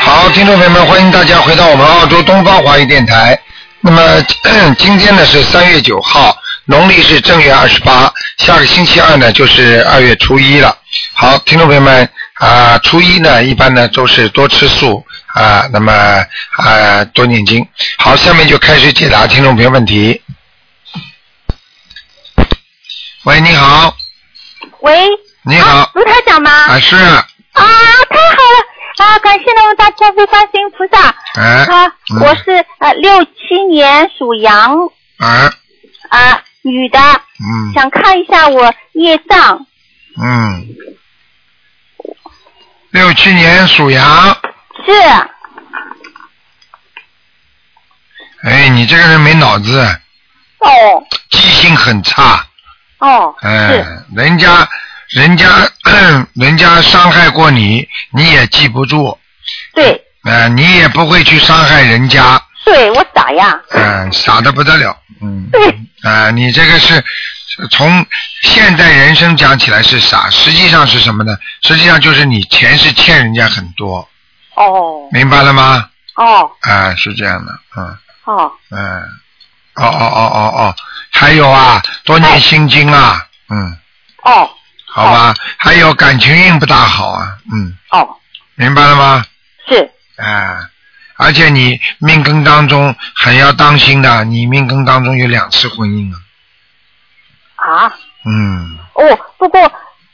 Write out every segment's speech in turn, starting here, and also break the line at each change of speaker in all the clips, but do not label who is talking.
好，听众朋友们，欢迎大家回到我们澳洲东方华语电台。那么 今天呢是三月九号，农历是正月二十八，下个星期二呢就是二月初一了。好，听众朋友们啊、初一呢一般呢都是多吃素啊、那么啊、多念经。好，下面就开始解答听众朋友问题。喂，你好，
喂，
你好，
卢台长吗？
啊是，
啊，太好了！啊，感谢南无大慈悲观世音菩萨。
哎
啊，
嗯
我是呃六七年属羊
啊，
啊、女的，
嗯
想看一下我业障。
嗯，六七年属羊。
是，
哎，你这个人没脑子，
哦，
记性很差。
哦，
哎
是，，
人家，人家， 人家伤害过你，你也记不住。
对，
哎，你也不会去伤害人家。
对我傻呀，
嗯、傻的不得了。嗯。
对，
啊、你这个是从现代人生讲起来是傻，实际上是什么呢？实际上就是你前世欠人家很多，
哦，
明白了吗？
哦，
啊、是这样的，嗯。
哦，
嗯，哦哦哦哦哦，还有啊，多念心经啊，嗯，
哦，
好吧，还有感情运不大好啊，嗯，
哦，
明白了吗？
是，
啊，而且你命根当中很要当心的，你命根当中有两次婚姻啊，
啊，
嗯，
哦，不过，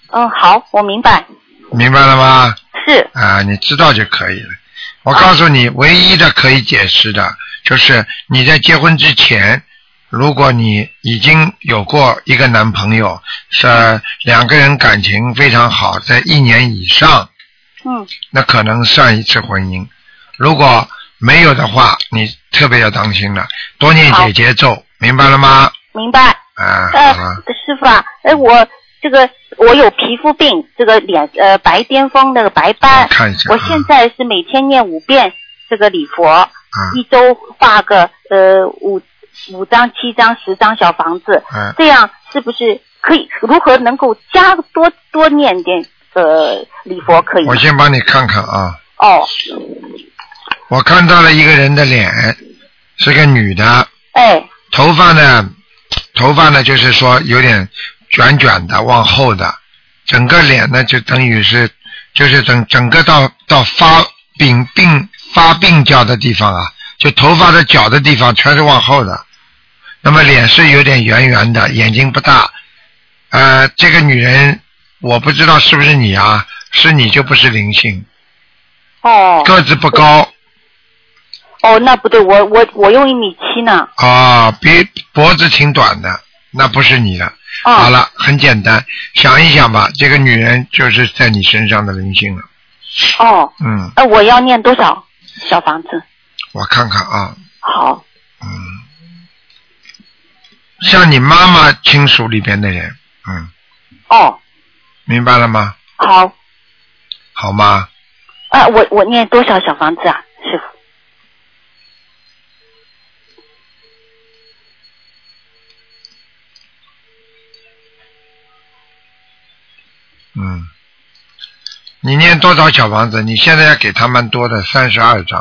嗯，好，我明白，
明白了吗？
是，
啊，你知道就可以了。我告诉你，唯一的可以解释的就是你在结婚之前，如果你已经有过一个男朋友，是两个人感情非常好，在一年以上，
嗯，
那可能算一次婚姻。如果没有的话，你特别要当心了，多念
好
姐姐咒，明白了吗？
明白。
啊，
呃
好了，，
师傅啊，哎、我这个我有皮肤病，这个脸呃白癜风那个白
我
斑，
看一下啊，
呃我现在是每天念五遍这个礼佛，
嗯
一周画个呃五五张、七张、十张小房子，
嗯
这样是不是可以？如何能够加多多念点呃礼佛可以吗
我？先帮你看看啊。
哦，
我看到了一个人的脸，是个女的，
哎，
头发呢，头发呢就是说有点卷卷的，往后的，整个脸呢就等于是，就是整整个到到发病病发病角的地方啊，就头发的角的地方全是往后的，那么脸是有点圆圆的，眼睛不大，呃，这个女人我不知道是不是你啊，是你就不是灵性，
哦，
个子不高。
哦，那不对，我我我用一米七呢，
啊，别脖子挺短的，那不是你的。
哦，
好，了，很简单，想一想吧，这个女人就是在你身上的灵性了。
哦，
嗯，
呃，我要念多少小房子？
我看看啊，
好。
嗯，像你妈妈亲属里边的人，嗯，
哦，
明白了吗？
好，
好吗？
啊，我我念多少小房子啊，师傅？
嗯，你念多少小房子？你现在要给他蛮多的，三十二张，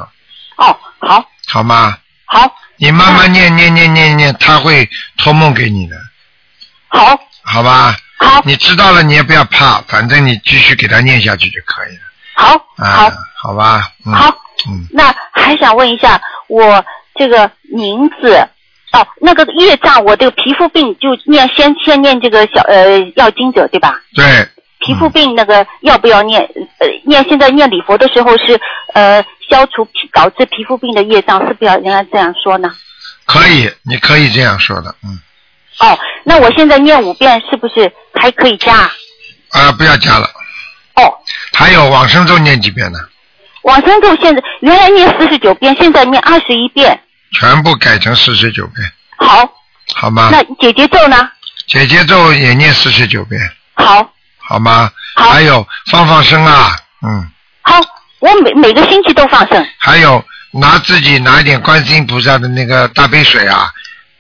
哦，好，
好吗？
好，
你慢慢念念念念念，他会托梦给你的，
好，
好吧？
好，
你知道了，你也不要怕，反正你继续给他念下去就可以了。
好，
啊
好，，
好吧，嗯，
好。
嗯，
那还想问一下，我这个名字，哦，那个业障，我这个皮肤病就念先先念这个小呃要经者对吧？
对，
皮
嗯
肤病那个要不要念？呃，念现在念礼佛的时候是呃消除皮导致皮肤病的业障，是不是要人家这样说呢？
可以，你可以这样说的，嗯，
哦，那我现在念五遍是不是还可以加？
啊，不要加了。
哦，
还有往生咒念几遍呢？
往生咒现在原来念四十九遍，现在念二十一遍。
全部改成四十九遍，
好，
好吗？
那姐姐咒呢？
姐姐咒也念四十九遍，
好，
好吗？
好
还有放放生啊，嗯，
好，我每每个星期都放生。
还有拿自己拿一点观世音菩萨的那个大杯水啊，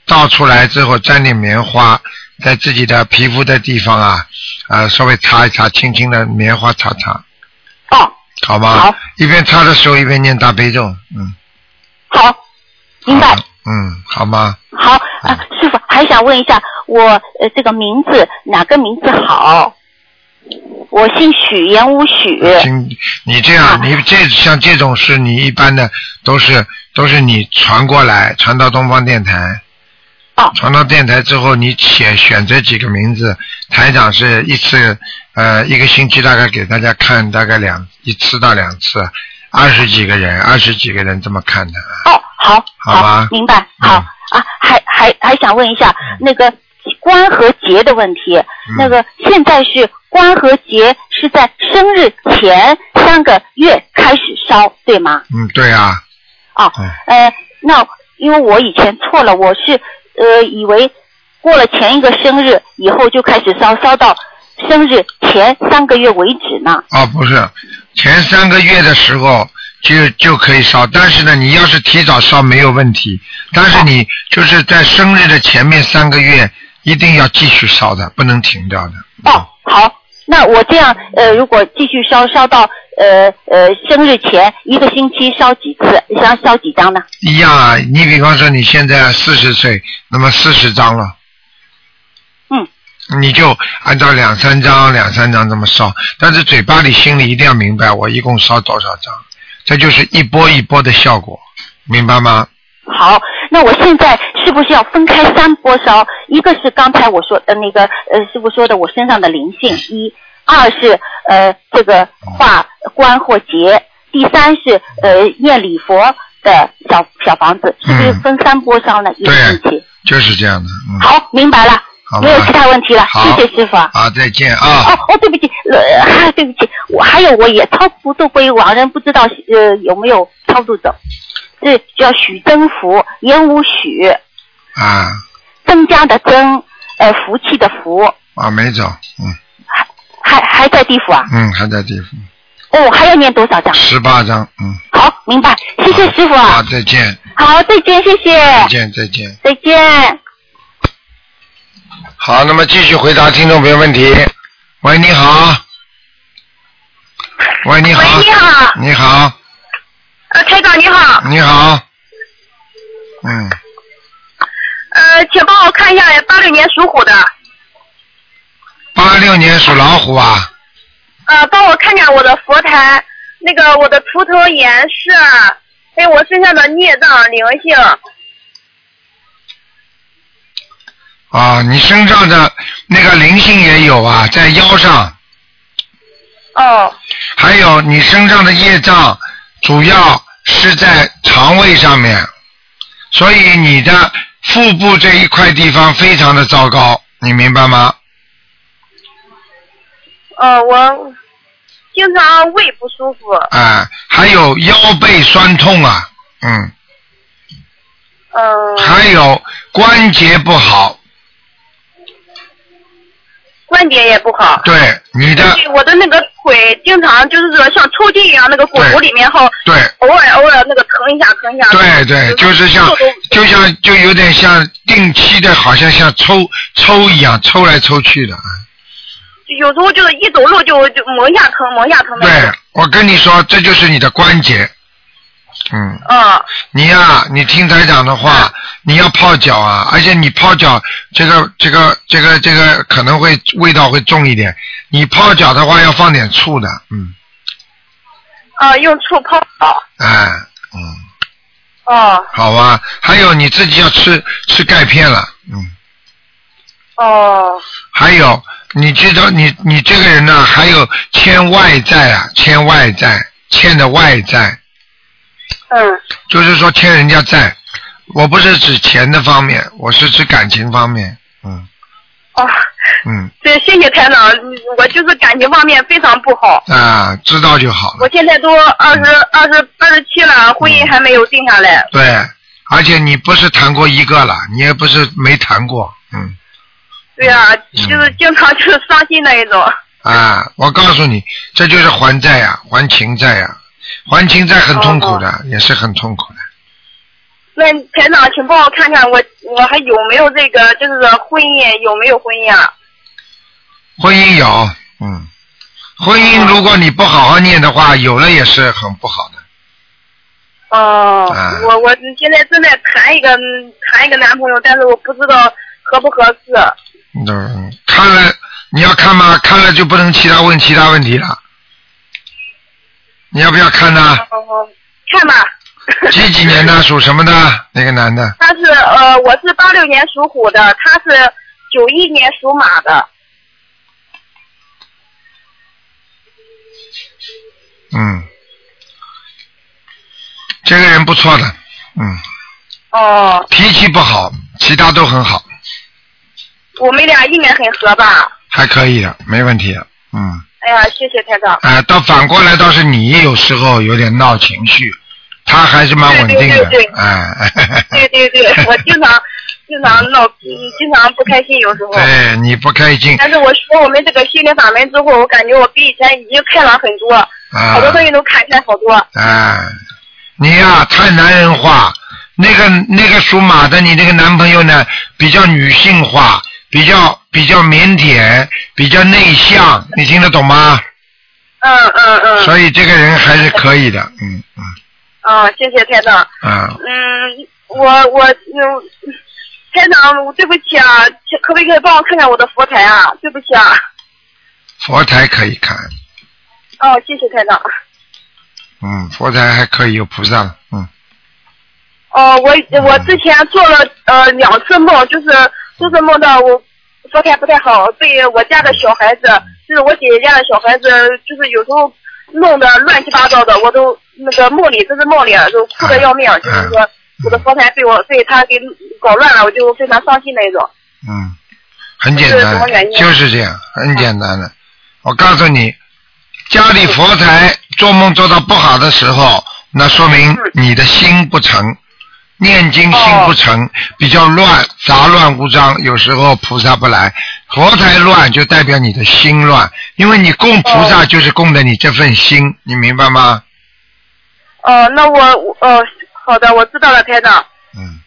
倒出来之后沾点棉花，在自己的皮肤的地方啊，啊、稍微擦一擦，轻轻的棉花擦擦，
哦，
好吗？
好，
一边擦的时候一边念大悲咒，嗯，
好，明白
好。了，嗯，好吗？
好啊，师傅还想问一下，我呃这个名字哪个名字好？我姓许，言无许。
请你这
啊
样，你这像这种事，你一般的都是都是你传过来，传到东方电台。
哦
传到电台之后，你选选择几个名字，台长是一次呃一个星期大概给大家看大概两一次到两次，二十几个人，二十几个人这么看的。啊
哦，好，
好吧
明白，好、啊，还还还想问一下那个关和节的问题，那个现在是关和节是在生日前三个月开始烧，对吗？
嗯，对啊，
啊，
嗯
呃，那因为我以前错了，我是呃以为过了前一个生日以后就开始烧，烧到生日前三个月为止呢。
哦，不是，前三个月的时候就就可以烧，但是呢，你要是提早烧没有问题，但是你就是在生日的前面三个月一定要继续烧的，不能停掉的。
哦，好，那我这样呃，如果继续烧烧到呃呃生日前一个星期烧几次，想烧几张呢？
一样啊，你比方说你现在四十岁，那么四十张了。
嗯。
你就按照两三张、两三张这么烧，但是嘴巴里、心里一定要明白我一共烧多少张，这就是一波一波的效果，明白吗？
好，那我现在是不是要分开三波烧？一个是刚才我说的那个呃师傅说的我身上的灵性，一；二是呃这个化关或结；第三是呃念礼佛的小小房子，是不是
嗯
分三波烧呢？一个
对
星期。
就是这样的，嗯。
好，明白了
好，吧
没有其他问题了，
好
谢谢师傅。
好，再见
哦
啊！
哦，对不起，呃，还对不起，我还有我也超度渡归亡人，不知道呃有没有超度走，这叫许增福，言无许，
啊
增加的增，呃，福气的福，
啊，没走，嗯
还还在地府啊？
嗯，还在地府，
哦，还要念多少章？
十八张，嗯，
好，明白，谢谢师傅
好，
啊，
再见，
好，再见，谢谢，
再见，再见。
再见。
好，那么继续回答听众朋友问题。喂，你好。喂，你好。
喂，你好，
你好，
呃，台长你好，
你好。嗯，
呃，请帮我看一下八六年属虎的，
八六年属老虎啊，
呃，帮我看一下我的佛台，那个我的图腾颜色，还有我身上的孽障灵性，
啊，你身上的那个灵性也有啊，在腰上。
哦，
还有你身上的业障，主要是在肠胃上面，所以你的腹部这一块地方非常的糟糕，你明白吗？
呃，我经常胃不舒服，
啊、还有腰背酸痛啊，嗯，
嗯、
还有关节不好，
关节也不好。
对你的
对，我的那个腿经常就是说像抽筋一样，那个骨头
对
里面后
对
偶尔偶尔那个疼一下疼一下。
对对，就是像
肉都
就像就有点像定期的，好像像抽抽一样抽来抽去的啊。
有时候就是一走路就就猛一下疼，猛一下疼的。
对，我跟你说，这就是你的关节，嗯。
嗯，
你呀、你听台长的话，你要泡脚啊，而且你泡脚，这个这个这个这个可能会味道会重一点。你泡脚的话要放点醋的，嗯，
啊，用醋泡澡。
哎，嗯，
哦
好吧。还有你自己要吃吃钙片了，嗯，
哦
还有你知道你你这个人呢，还有欠外债啊，欠外债，欠的外债，
嗯
就是说欠人家债。我不是指钱的方面，我是指感情方面，嗯
哦，
嗯。
对，谢谢台长，嗯我就是感情方面非常不好，
啊，知道就好
我
了。
现在都二十二十二十七了，婚姻还没有定下来。
对，而且你不是谈过一个了，你也不是没谈过，嗯
对啊，就是经常就是伤心那一种。
啊，我告诉你，这就是还债呀、还情债呀、还情债很痛苦的，也是很痛苦的。
那台长，请帮我看看我我还有没有这个就是婚姻有没有婚姻啊？
婚姻有，嗯，婚姻如果你不好好念的话，有了也是很不好的。
哦
啊，
我我现在正在谈一个嗯谈一个男朋友，但是我不知道合不合适。
嗯，看了你要看吗？看了就不能其他问其他问题了。你要不要看呢？
哦，看吧。
几几年的，属什么的？那个男的，
他是呃，我是八六年属虎的，他是九一年属马的。
嗯，这个人不错的，嗯，
哦，
脾气不好，其他都很好，
我们俩应该很合吧？
还可以的，没问题的，嗯，
哎呀，谢谢台长。
啊、倒反过来倒是你有时候有点闹情绪，他还是蛮稳定
对对对
的
对，
哎，
对对对，我经常经常闹，嗯经常不开心，有时候。
对，你不开心
但是我学我们这个心灵法门之后，我感觉我比以前已经开朗很多，
啊
好多东西都看开好多。
啊，你呀、太男人化，那个那个属马的你那个男朋友呢，比较女性化，比较比较腼腆，比较内向，你听得懂吗？
嗯嗯嗯。
所以这个人还是可以的，嗯嗯
嗯，谢谢台长。
啊，
嗯，我我嗯，台长，对不起啊，可不可以帮我看看我的佛台啊？对不起啊。
佛台可以看，
哦，谢谢台长。
嗯，佛台还可以有菩萨了，嗯。
哦，我我之前做了呃两次梦，就是都是梦到我佛台不太好，被我家的小孩子，就是我姐姐家的小孩子，就是有时候弄得乱七八糟的，我都那个梦里，这是梦里啊，就哭的要命，就是说我的佛台被我被他给搞乱了，我就非常伤心那一种。
嗯，很简
是什
单
么原因，啊
就是这样，很简单的。我告诉你，家里佛台做梦做到不好的时候，那说
嗯
明你的心不诚，念经心不
哦
诚，比较乱，杂乱无章。有时候菩萨不来，佛台乱就代表你的心乱，因为你供菩萨就是供的你这份心，你明白吗？
哦，那我我呃好的，我知道了，台长。
嗯，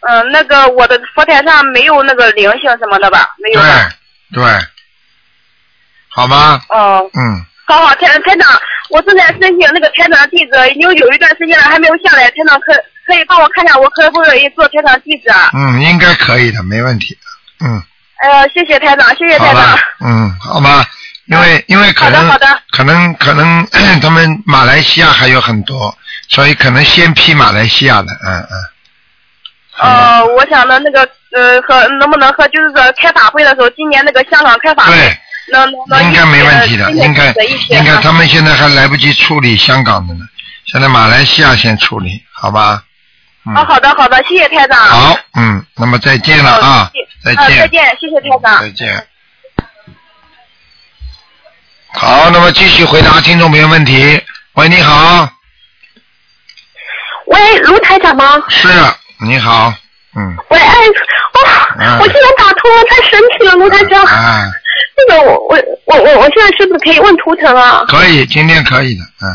嗯、那个我的佛台上没有那个灵性什么的吧？没有
对
吧？
对，好吗？
哦、
嗯。
好好，台台长，我正在申请那个台长的地址，已经有一段时间了，还没有下来。台长可可以帮我看一下，我可不可以做台长地址啊？
嗯，应该可以的，没问题的。嗯。
哎呀，谢谢台长，谢谢台
好
长
吧。，嗯，好吧，因为因为可能
好的好的
可能可能 他们马来西亚还有很多，所以可能先批马来西亚的，嗯嗯。
呃，我想的那个呃，和能不能和就是说开法会的时候，今年那个香港开法会
对，，
能能能呃
应该没问题的，
一起
应该
一起
应该
啊
他们现在还来不及处理香港的呢，现在马来西亚先处理，好吧？嗯，
哦，好的好的，谢谢台长。
好，嗯，那么再见了啊，再
嗯，再
见。
见，谢谢台长。
再见。好，那么继续回答听众朋友问题。喂，你好，
喂，卢台长吗？
是，你好，嗯，
喂，哎，
嗯
哦，我竟然打通了，太神奇了，卢台长。
啊，
那个我我我我我现在是不是可以问图腾啊？
可以，今天可以的，嗯，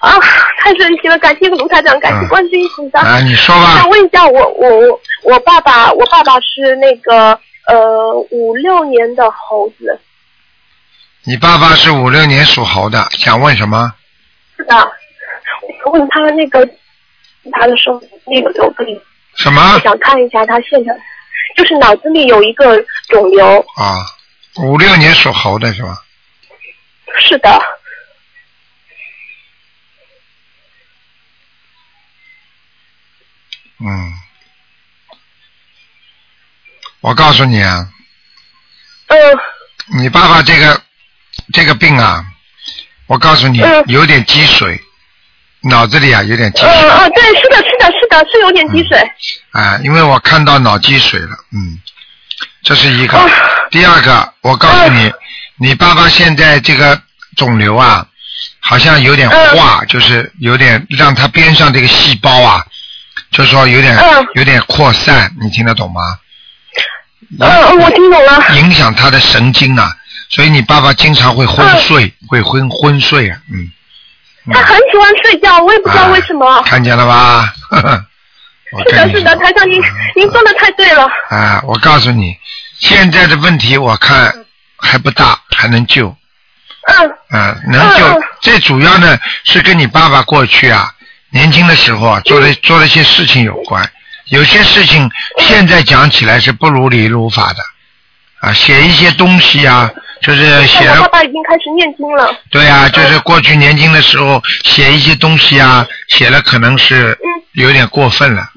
啊，太神奇了，感谢卢台长，感谢
嗯
观世音菩萨。
啊，你说
我
吧
想，问一下，我我我我爸爸，我爸爸是那个呃五六年的猴子，
你爸爸是五六年属猴的，想问什么？
是的。我想问他那个他的生那个瘤子里，
什么
我想看一下他现在就是脑子里有一个肿瘤，
啊？五六年属猴的是吧？
是的。
嗯，我告诉你啊，
嗯
你爸爸这个这个病啊，我告诉你
嗯，
有点积水，脑子里啊有点积
嗯
水
嗯，对，是的，是的，是的，是有点积水。嗯
啊，因为我看到脑积水了，嗯，这是一个。
啊
第二个，我告诉
嗯
你，你爸爸现在这个肿瘤啊，好像有点
嗯
化，就是有点让他边上这个细胞啊，就说有点、
嗯
有点扩散，你听得懂吗？
嗯嗯，我听懂了。
影响他的神经啊，所以你爸爸经常会昏睡，会昏昏睡啊，嗯。嗯
嗯他很喜欢睡觉，我也不知道为什
啊
么。
看见了吧？ 呵呵我
是
跟
的，
你
是的，
说嗯
台长您您说的太对了。
啊，我告诉你，现在的问题我看还不大，还能救。
嗯
嗯，能救
嗯
最主要呢是跟你爸爸过去啊，年轻的时候
嗯
啊，做了做了一些事情有关，有些事情现在讲起来是不如理如法的，啊，写一些东西啊，就是写
但我
了
爸爸已经开始念经了。
对啊，
嗯
就是过去年轻的时候写一些东西啊，写了可能是
嗯
有点过分了，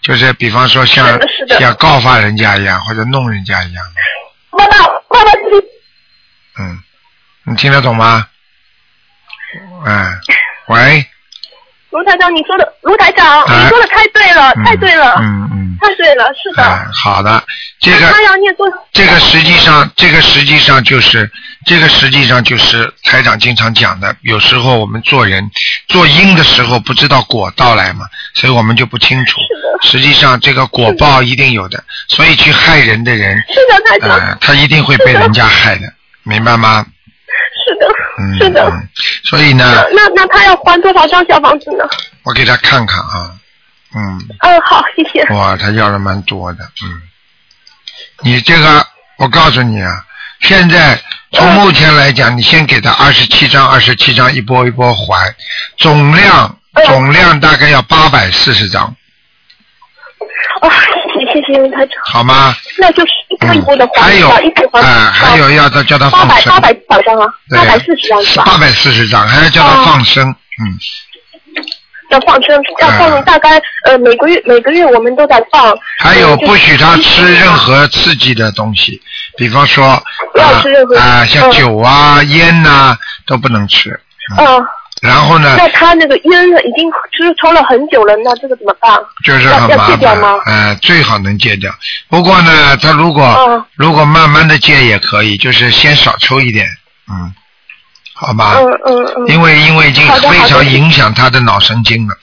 就是比方说像
是的是的
像告发人家一样，或者弄人家一样，
妈妈，妈妈，这里
嗯，你听得懂吗？嗯，喂，
卢台长，你说的，卢台长，
哎
你说的太对了，
嗯
太对了，
嗯嗯，
太对了，是的。
嗯，好的，这个
他要念多，
这个实际上，这个实际上就是，这个实际上就是台长经常讲的，有时候我们做人做因的时候不知道果到来嘛，所以我们就不清楚。实际上，这个果报一定有的，所以去害人的人，
是的，台长，
呃，他一定会被人家害的，明白吗？
是的，
嗯，
是的。
嗯所以呢，
那那他要还多少张小房子呢？
我给他看看啊，嗯，
嗯，好，谢谢。
哇，他要的蛮多的，嗯。你这个，我告诉你啊，现在从目前来讲，你先给他二十七张，二十七张一波一波还，总量
嗯
总量大概要八百四十张，
啊，谢谢谢谢卢台长，
好吗？
那就是一步一步的
嗯还
还，
有
吧，一步还，
哎还有要他叫他
八
放
百
生
八，百多少张啊？八百四十张是吧？哦
八百四十张，还要叫他放生，嗯，
要放生，要
哎
放大概呃每个月每个月我们都在放。
还有
嗯就是
不许他
一
吃任何刺激的东西，比方说啊
不要吃任何
啊、像
嗯
酒啊、烟呐、都不能吃。
嗯，
啊然后呢，
那他那个烟已经吃抽了很久了，那这个怎么办？
就是很
要要
麻
戒掉
烦
吗，
呃，最好能戒掉。不过呢，他如果、
嗯
如果慢慢的戒也可以，就是先少抽一点，嗯，好吧，
嗯嗯
啊
嗯。
因为因为已经
好的
非
好
常
的
影响他的脑神经了。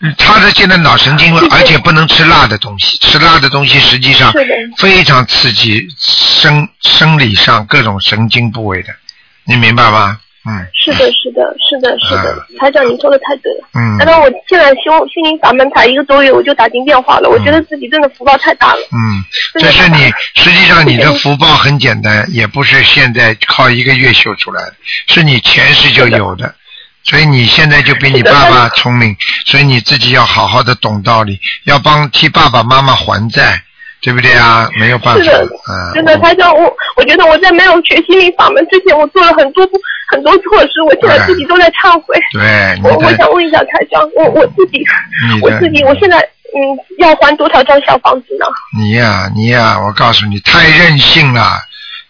嗯他的现在脑神经了
嗯是，的
而且不能吃辣的东西，吃辣的东西实际上
是的
非常刺激生生理上各种神经部位的，你明白吗？嗯
是的，是的，是的，是的，台长，你说的太对了。
啊嗯
难道我现在修心灵法门才一个多月，我就打进电话了？我觉得自己真的福报太大了。
嗯，
真
这
的
是
太大
你
了
实际上你的福报很简单，也不是现在靠一个月修出来的，是你前世就有的，所以你现在就比你爸爸聪明，所以你自己要好好的懂道理，要帮替爸爸妈妈还债，对不对啊？没有办法，
是的
嗯，
真的，台长，我我觉得我在没有学心灵法门之前，我做了很多不很多措施，我现在自己都在忏悔。
对，
我我
哎你的
想问一下台长，我我自己
你
我
的
自己，我现在嗯要还多少张小房子呢？
你呀、你呀、我告诉你，太任性了。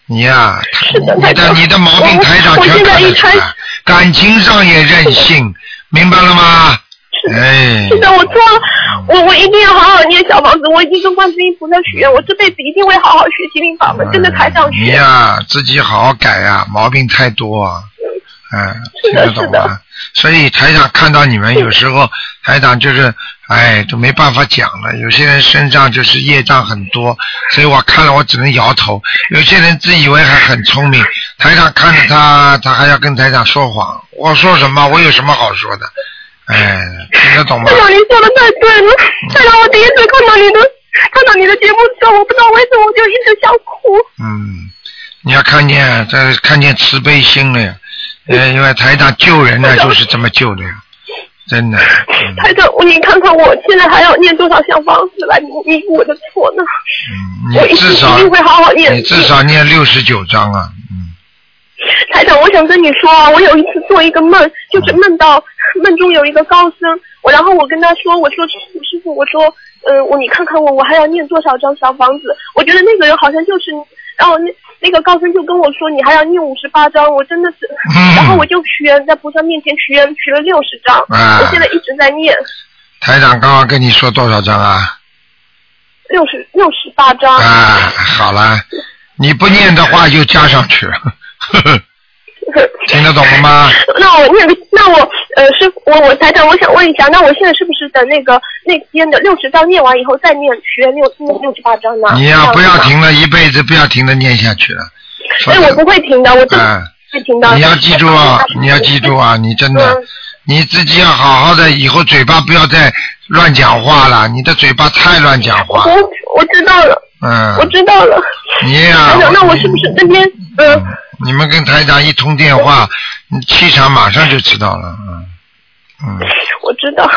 你呀、
是的
你
台
的
长
你的毛病
我
台长
我
全
现在
看得
一
出
开
来，感情上也任性，明白了吗？哎，
是的，我错了，我我一定要好好念小房子，我已经跟观世音菩萨许愿，我这辈子一定会好好学心灵法门，跟着台长
你
学。
哎呀、自己好好改呀、毛病太多、啊，嗯，
是
听得
的
懂
是
吗
的？
所以台长看到你们有时 候，台长就是，哎，都没办法讲了。有些人身上就是业障很多，所以我看了我只能摇头。有些人自以为还很聪明，台长看着他，他还要跟台长说谎。我说什么？我有什么好说的？哎，听得懂吗
台？长，您说的太对了，
嗯
台长，我第一次看到你的看到你的节目之后，我不知道为什么我就一直想哭。
嗯，你要看见这看见慈悲心了呀，呃，因为台长救人呢，就是这么救的呀，真 的。嗯
台长，你看看我现在还要念多少小房子来弥补我的错呢？
嗯，
我一
你
定
至少
一定会好好念
你至少念六十九章啊，嗯
台长，我想跟你说啊，我有一次做一个梦，就是梦到梦中有一个高僧，我然后我跟他说，我说师傅师傅，我说，呃，我你看看我，我还要念多少张小房子？我觉得那个人好像就是你，然后那那个高僧就跟我说，你还要念五十八张，我真的是，
嗯
然后我就许愿在菩萨面前许愿，许了六十张，
啊
我现在一直在念
台长刚刚跟你说多少章啊？
六十六十八张，
啊，好了，你不念的话又加上 去，呵呵，听得懂了吗？
那我那个，那我呃，师傅，我我台长，我想问一下，那我现在是不是等那个那天的六十章念完以后再念学六念六十八章呢？
你呀，不要
这样子吗。
停了，一辈子不要停的念下去了。否
哎，
则
我不会停的，我真的
啊。
不会停的。
你要记住啊，你要记住啊，你真的
嗯，
你自己要好好的，以后嘴巴不要再乱讲话了，你的嘴巴太乱讲
我。
话，
我我知道了，我
嗯，
知道了。
你呀、
台长，那我是不是那天呃
嗯你们跟台长一通电话，你气场马上就知道了，嗯嗯，
我知道。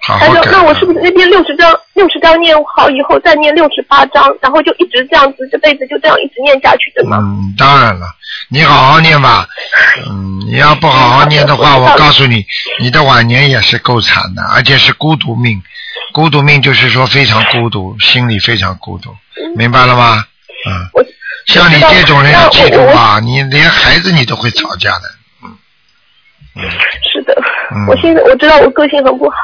好
台
好
长，
改。
那我是不是那边六十张六十张念好以后再念六十八张，然后就一直这样子，这辈子就这样一直念下去的吗？
嗯，当然了，你好好念 吧。嗯，你要不好好念的话，
嗯
我告诉你，你的晚年也是够惨的，而且是孤独命。孤独命就是说非常孤独，心里非常孤独，明白了吗？嗯
我，
像你这种人要记住
那我
啊，你连孩子你都会吵架的。
是的，
嗯
我现在我知道我个性很不好，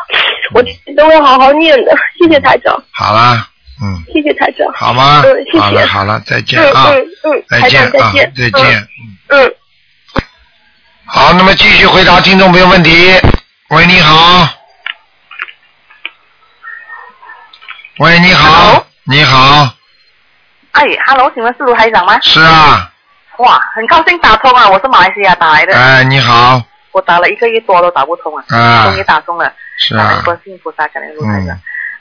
我等我好好念的。谢谢台长，
好啦，嗯，
谢谢台长。
好吗？
嗯谢谢
好了好了，再见
嗯
啊，
嗯嗯，
再
台
见
长
啊，再
再见，
见。
嗯。嗯，
好，那么继续回答听众朋友问题。喂，你好。喂，你好
Hello？，
你好，
哎，Hello，请问是卢台长吗？
是啊，
哇，很高兴打通啊！我是马来西亚打来的，
哎，你好，
我打了一个月多都打不通啊，
啊
终于打通了，
是
感恩
啊，
观世音菩萨，感恩卢台长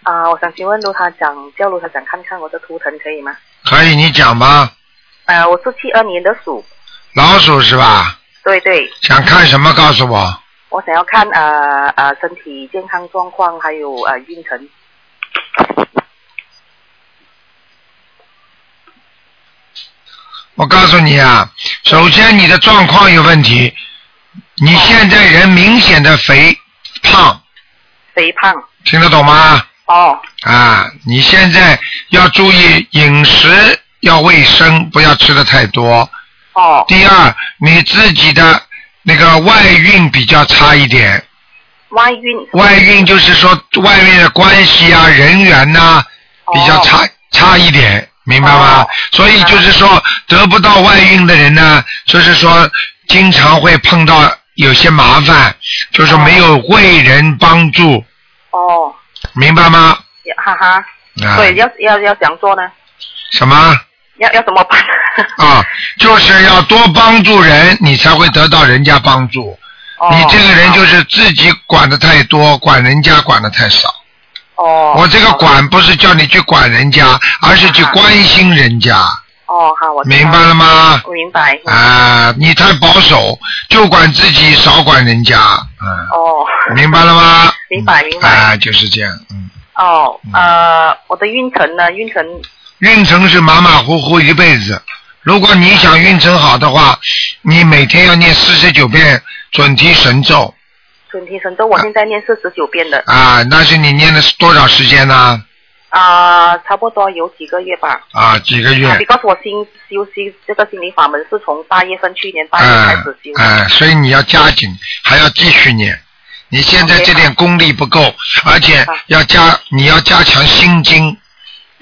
嗯。
啊、我想请问卢台长，叫卢台长看看我的图腾可以吗？
可以，你讲吧。
呃，我是七二年的鼠，
老鼠是吧？
对对，
想看什么？告诉我。
我想要看呃呃身体健康状况，还有呃运程。
我告诉你啊，首先你的状况有问题，
哦
你现在人明显的肥胖，
肥胖
听得懂吗？
哦，
啊，你现在要注意饮食要卫生，不要吃的太多。
哦，
第二，你自己的那个外运比较差一点，
外运
外运就是说外面的关系啊、人缘呐、比较差、差一点，明白吗？
哦
所以就是说得不到外运的人呢，就是说经常会碰到有些麻烦，就是没有为人帮助，
哦，
明白吗？
哈哈，
啊，
所以要要要怎样做呢？
什么？
要要怎么办？
啊，就是要多帮助人，你才会得到人家帮助。
哦
你这个人就是自己管的太多，管人家管的太少。
哦，
我这个
好的
管不是叫你去管人家，而是去关心人家，
哦，好，我知道
明白了吗？
我明白。嗯
啊，你太保守，就管自己，少管人家，嗯，
哦，
明白了吗？
明白明白
啊，就是这样，嗯，
哦，呃，我的运程呢？运程
运程是马马虎虎一辈子。如果你想运程好的话，你每天要念四十九遍准提神咒，
准提神咒，我现在念四十九遍的
啊，那是你念的是多少时间呢？
啊、差不多有几个月吧。
啊，几个月
啊，你？告诉我新修习这个心灵法门是从八月份去年八月开
嗯
始修，
嗯，所以你要加紧，还要继续念。你现在这点功力不够，而且
好
要加，你要加强心经。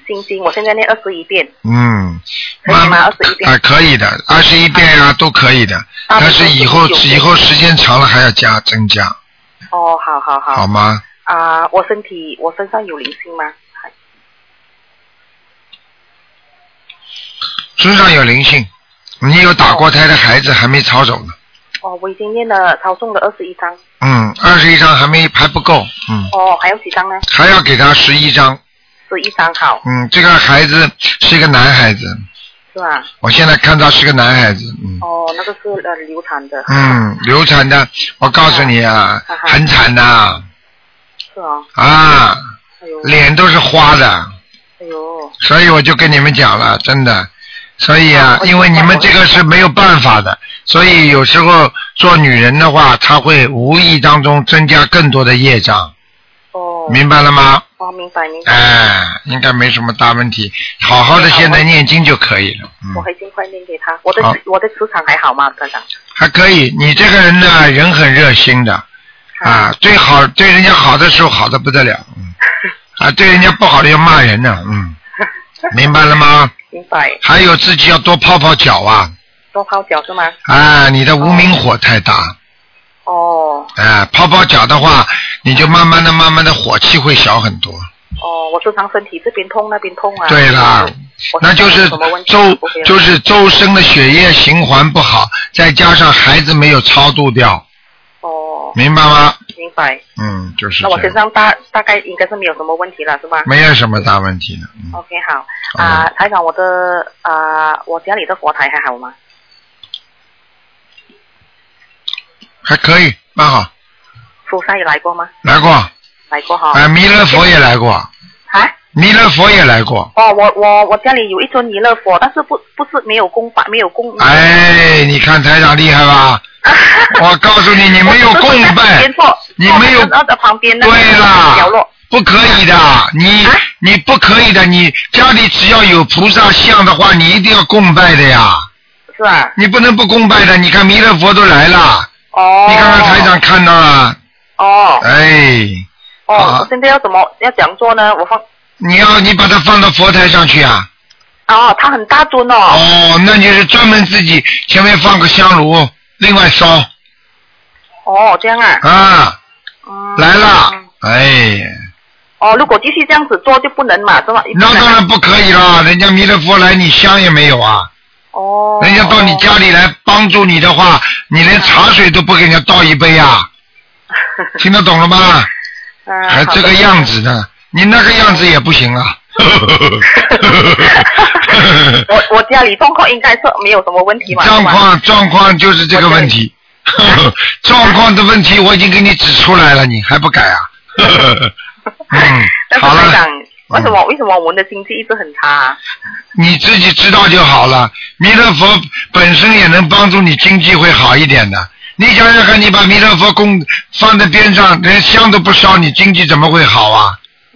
心经，我现在念二十一遍，
嗯，
可以吗
慢
21遍
啊，可以的，二十一遍啊，都可以的。
大悲
但是
咒
以后
49
以后时间长了还要加增加，
哦，好好
好
好，
吗？
啊、我身体我身上有灵性吗？还
身上有灵性，你有打过胎的孩子还没抄走呢。
哦，我已经念了超重了二十一张，
嗯，二十一张还没还不够，嗯，
哦，还有几张呢？
还要给他十一张。
十一张好，
嗯，这个孩子是一个男孩子，
是吧？
我现在看到是个男孩子，嗯
哦，那个是呃流产的，
嗯，流产的，我告诉你啊，
啊哈
很惨的
是哦，
啊，
哎呦，
脸都是花的，
哎呦，
所以我就跟你们讲了，真的，所以啊
啊，我
因为你们这个是没有办法的，所以有时候做女人的话，她会无意当中增加更多的业障，
哦，
明白了吗？
哦，明白明白，
哎，应该没什么大问题，好好的
好
现在
我
念经就可以了，嗯。
我会尽快念给他。我的
好
我的磁场还好吗，科长？
还可以，你这个人呢，人很热心的啊，对好对人家好的时候好的不得了，嗯，啊，对人家不好的要骂人呢， 嗯，明白了吗？
明白，
还有自己要多泡泡脚啊，
多泡脚是吗？
啊，你的无名火太大，
哦
啊，泡泡脚的话，你就慢慢的、慢慢的火气会小很多。
哦，我时常身体这边痛那边痛啊。
对啦
我
那就是
我什么问题
周
不会啊
就是周身的血液循环不好，再加上孩子没有超度掉，
哦，
明白吗？
明白。
嗯，就是
那我
这
身
样，
上大大概应该是没有什么问题了，是吧
没有什么大问题的。嗯。
？OK，好啊，台长，我的啊，我家里的佛台还好吗？
还可以，蛮好，
佛山也来过吗？
来过，
来过哈。
啊，弥勒佛也来过，哎
啊？
弥勒佛也来过。
哦，我我我家里有一尊弥勒佛，但是不不是没有供法，没有供。
哎，你看台长厉害 吧？我告诉你，你
我
没有
只是
供
在旁
拜
边，坐
你
坐
没有
在那的旁边那个
对
角
啦
落。，
不可以的，你
啊
你不可以的，你家里只要有菩萨像的话，你一定要供拜的呀，
是啊，
你不能不供拜的。你看弥勒佛都来了，
哦。
你看看台长。看到了，
哦
哎，
哦，
啊
我现在要怎么要怎样做呢？我放
你要你把它放到佛台上去啊，
哦，他很大尊哦。
哦，那就是专门自己前面放个香炉，另外烧
哦，这样啊。
啊，
嗯
来了
嗯，
哎。
哦，如果继续这样子做就不能嘛，是吧？
那当然不可以啦，人家弥勒佛来，你香也没有啊。
哦。
人家到你家里来帮助你的话，你连茶水都不给人家倒一杯啊，听得懂了 吗？
嗯。
还这个样子呢，你那个样子也不行 啊。
好的。我 我家里状况应该是没有什么问题嘛。
状
是吧。
况状况就是这个问 题，状况的问题我已经给你指出来了，你还不 改啊？嗯，
但是
好
台
了嗯
长，，为什么为什么我们的经济一直很差啊？
你自己知道就好了。弥勒佛本身也能帮助你经济会好一点的。你想想看，你把弥勒佛供放在边上，连香都不烧，你经济怎么会好啊？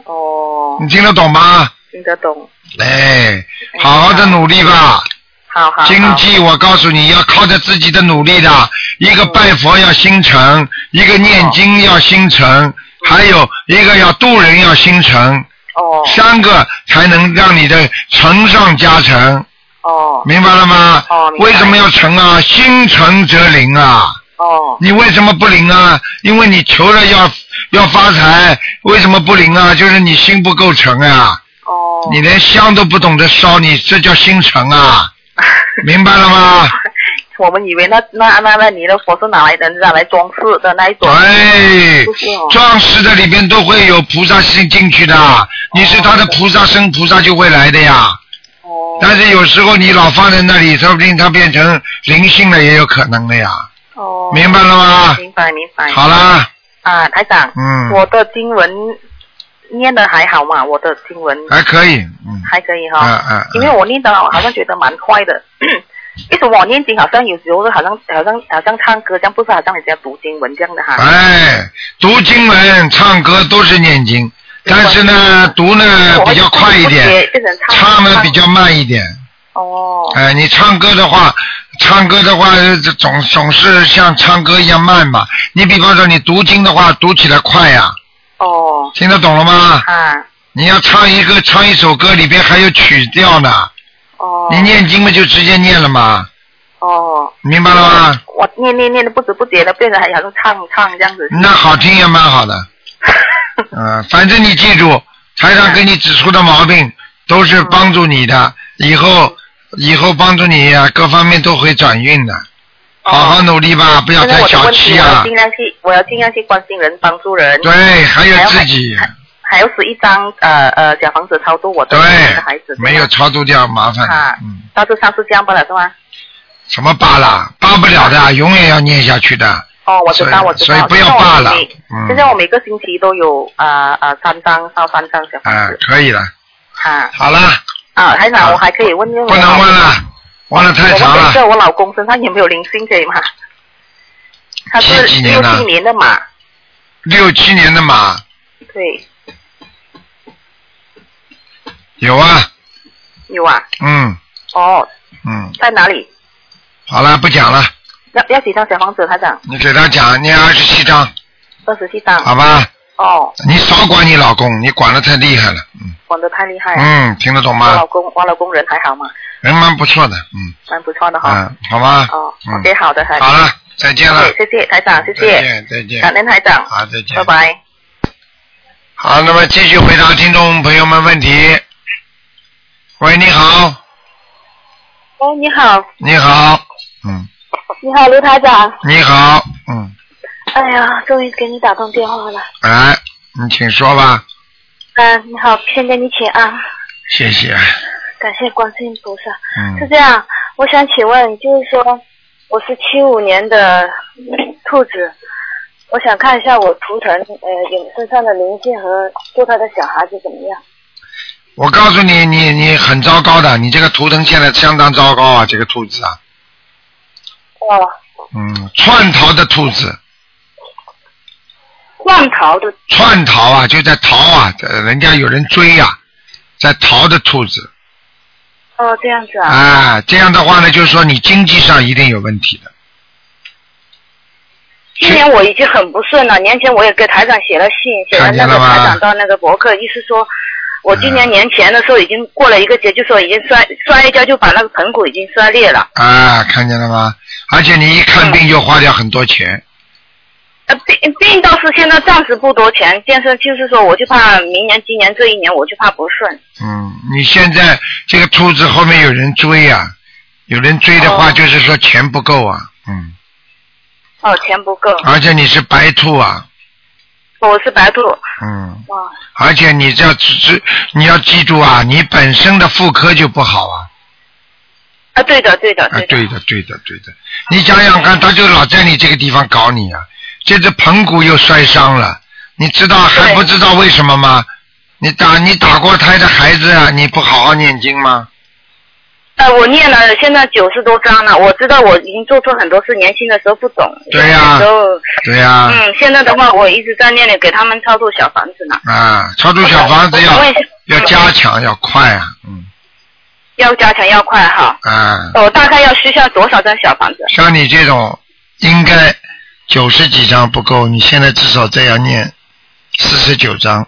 哦，
你听得懂吗？
听得懂。
哎，好好的努力吧。
好好。好
经。济，我告诉你要靠着自己的努力的。一个拜佛要心诚，一个念经要心诚，还有一个要渡人要心诚，
哦
三个才能让你的成上加成。
哦
明白了吗？
哦明白
为什么要诚啊？心诚则灵啊！
哦
你为什么不灵啊？因为你求了要要发财，为什么不灵啊？就是你心不够诚啊！
哦。
你连香都不懂得烧，你这叫心诚啊！明白了 吗？
我们以为那那那那你的佛是拿来人家来装饰的那一种。
对
不是哦，
哎装饰的里边都会有菩萨身进去的，你是他的菩萨身，菩萨就会来的呀。
哦
但是有时候你老放在那里，说不定它变成灵性了，也有可能的呀。
哦。
明白了吗？
明白明白。
好啦，
啊，台长，
嗯
我的经文念的还好嘛？我的经文
还可以，嗯，
还可以
啊
哈，
啊，啊
因为我念的好像觉得蛮快的。 为什么我念经好像有时候好像好像好像唱歌这样，不是好像人家读经文这样的哈？
哎，读经文、唱歌都是念经，但是呢，读呢
我
哎比较快一
不知
点
不觉，变成
唱呢比较慢一点。
哦
哎，你唱歌的话，唱歌的话呃总总是像唱歌一样慢嘛。你比方说你读经的话，读起来快呀、
哦
听得懂了吗？
啊
你要唱一个唱一首歌，里边还有曲调呢。
哦
你念经嘛就直接念了嘛，
哦。
明白了吗？
我念念念的不知不觉的变成好像唱唱这样子。
那好听也蛮好 的。嗯，反正你记住，台上给你指出的毛
嗯
病都是帮助你的，以后以后帮助你啊，各方面都会转运的。好好努力吧，不要
哦现在
太
我的
小
问题，
气
我要
啊
尽。量去，我要尽量去关心人，帮助人。
对，还有自己，
还有十一张呃呃小房子超度我的
对
我的孩子，，
没有超度掉麻烦
啊
的。嗯，
大致上是这样罢了是吗？
什么罢了，罢不了
啊
的，永远要念下去的。
哦，我知道，
所以
我知
所
道。
以不要
现在我
罢了
每
嗯
现在我每个星期都有啊啊、呃三张到三张小
啊
房子，
可以了，
哈
好了，
啊，台
啊
长，我还可以问问我
不能问了，问了太
我
长
问一
了。
下我老公身上有没有灵性可以吗？他是
几几
六
年啊的
七年的马，
六七年的马
对，
有啊，
有啊，
嗯
哦，
嗯，
在哪里？
好了，不讲了。
要要几张小房子，台长？
你给他讲，念二十七章，
二十七张。
好吧？
哦，
你少管你老公，你管的太厉害了。嗯
管得太厉害了。
嗯，听得懂
我
吗
老？公，我老公人还好嘛，
人蛮不错的，嗯
蛮不错的哈。
嗯，好吧？
哦
嗯
，OK，好的，台哎
好了，再见了，
谢谢台长，谢
再
谢，
见再
感
见，
恩台长，
好再见，
拜。拜。
好，那么继续回答听众朋友们问题。喂，你好，
哦，你好，
你好，嗯，
你好，卢台长。
你好，嗯，
哎呀，终于给你打通电话了。
哎，你请说吧，
嗯、你好，先给你请安，
谢谢，
感谢观世音菩萨。是
嗯，
这样，我想请问，就是说，我是七五年的兔
兔子，我想看一下我图腾呃有身上的灵性和做他的小孩子怎么样？
我告诉你，你你很糟糕的，你这个图腾现在相当糟糕啊，这个兔子啊，
哦，
嗯，窜逃的兔子，
乱逃的
窜逃啊，就在逃啊，在人家有人追呀、在逃的兔子
哦这样子啊，
啊，这样的话呢，就是说你经济上一定有问题的。
今年我已经很不顺了，年前我也给台长写了信，写了那
看见
个
了吗嗯
台长到那个博客，意思说。我今年年前的时候已经过了一个节，就说已经摔摔一跤就把那个盆骨已经摔裂了。
啊，看见了吗？而且你一看病就花掉很多钱，
呃，病病倒是现在暂时不多钱，健身就是说我就怕明年、今年这一年我就怕不顺。
嗯，你现在这个兔子后面有人追啊，有人追的话
哦
就是说钱不够啊，嗯，
哦，钱不够。
而且你是白兔啊，
我是白兔。
嗯，
哇，
而且你这只你要记住啊，你本身的妇科就不好啊，
啊，对的，对的，
啊
对，的。
对的，对的，对的，你想想看，他就老在你这个地方搞你啊，这只盆骨又摔伤了，你知道还
对
不知道为什么吗？你打你打过胎的孩子啊，你不好好念经吗？
呃，我念了现在九十多章了，我知道我已经做错很多事，年轻的时候不懂。
对呀
有时候，
对呀、啊，
嗯，现在的话我一直在念，给他们操作小房子呢。
超度啊小房子
我
要
想问一下
要加强，要快啊，嗯
要加强，要快哈。
啊，
我大概要需要多少张小房子？
像你这种应该九十几张不够，你现在至少再要念四十九张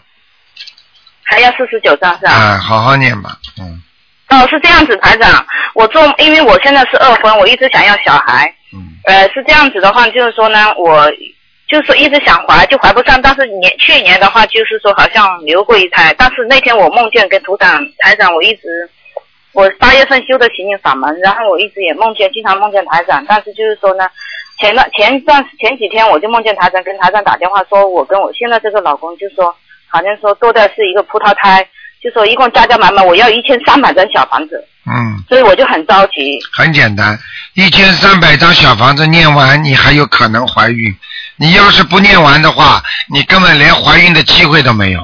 还要四十九张是吧？
啊，好好念吧，嗯
哦，是这样子，台长，我做，因为我现在是二婚，我一直想要小孩。
嗯
呃，是这样子的话，就是说呢，我就是一直想怀，就怀不上。但是年去年的话，就是说好像流过一胎，但是那天我梦见跟土长台长，我一直我八月份修的行进法门，然后我一直也梦见，经常梦见台长，但是就是说呢。前段前段前几天我就梦见台长跟台长打电话说，我跟我现在这个老公就说，好像说多的是一个葡萄胎，就说一共加加满满我要一千三百张小房子，
嗯，
所以我就很着急。
很简单，一千三百张小房子念完，你还有可能怀孕。你要是不念完的话，你根本连怀孕的机会都没有，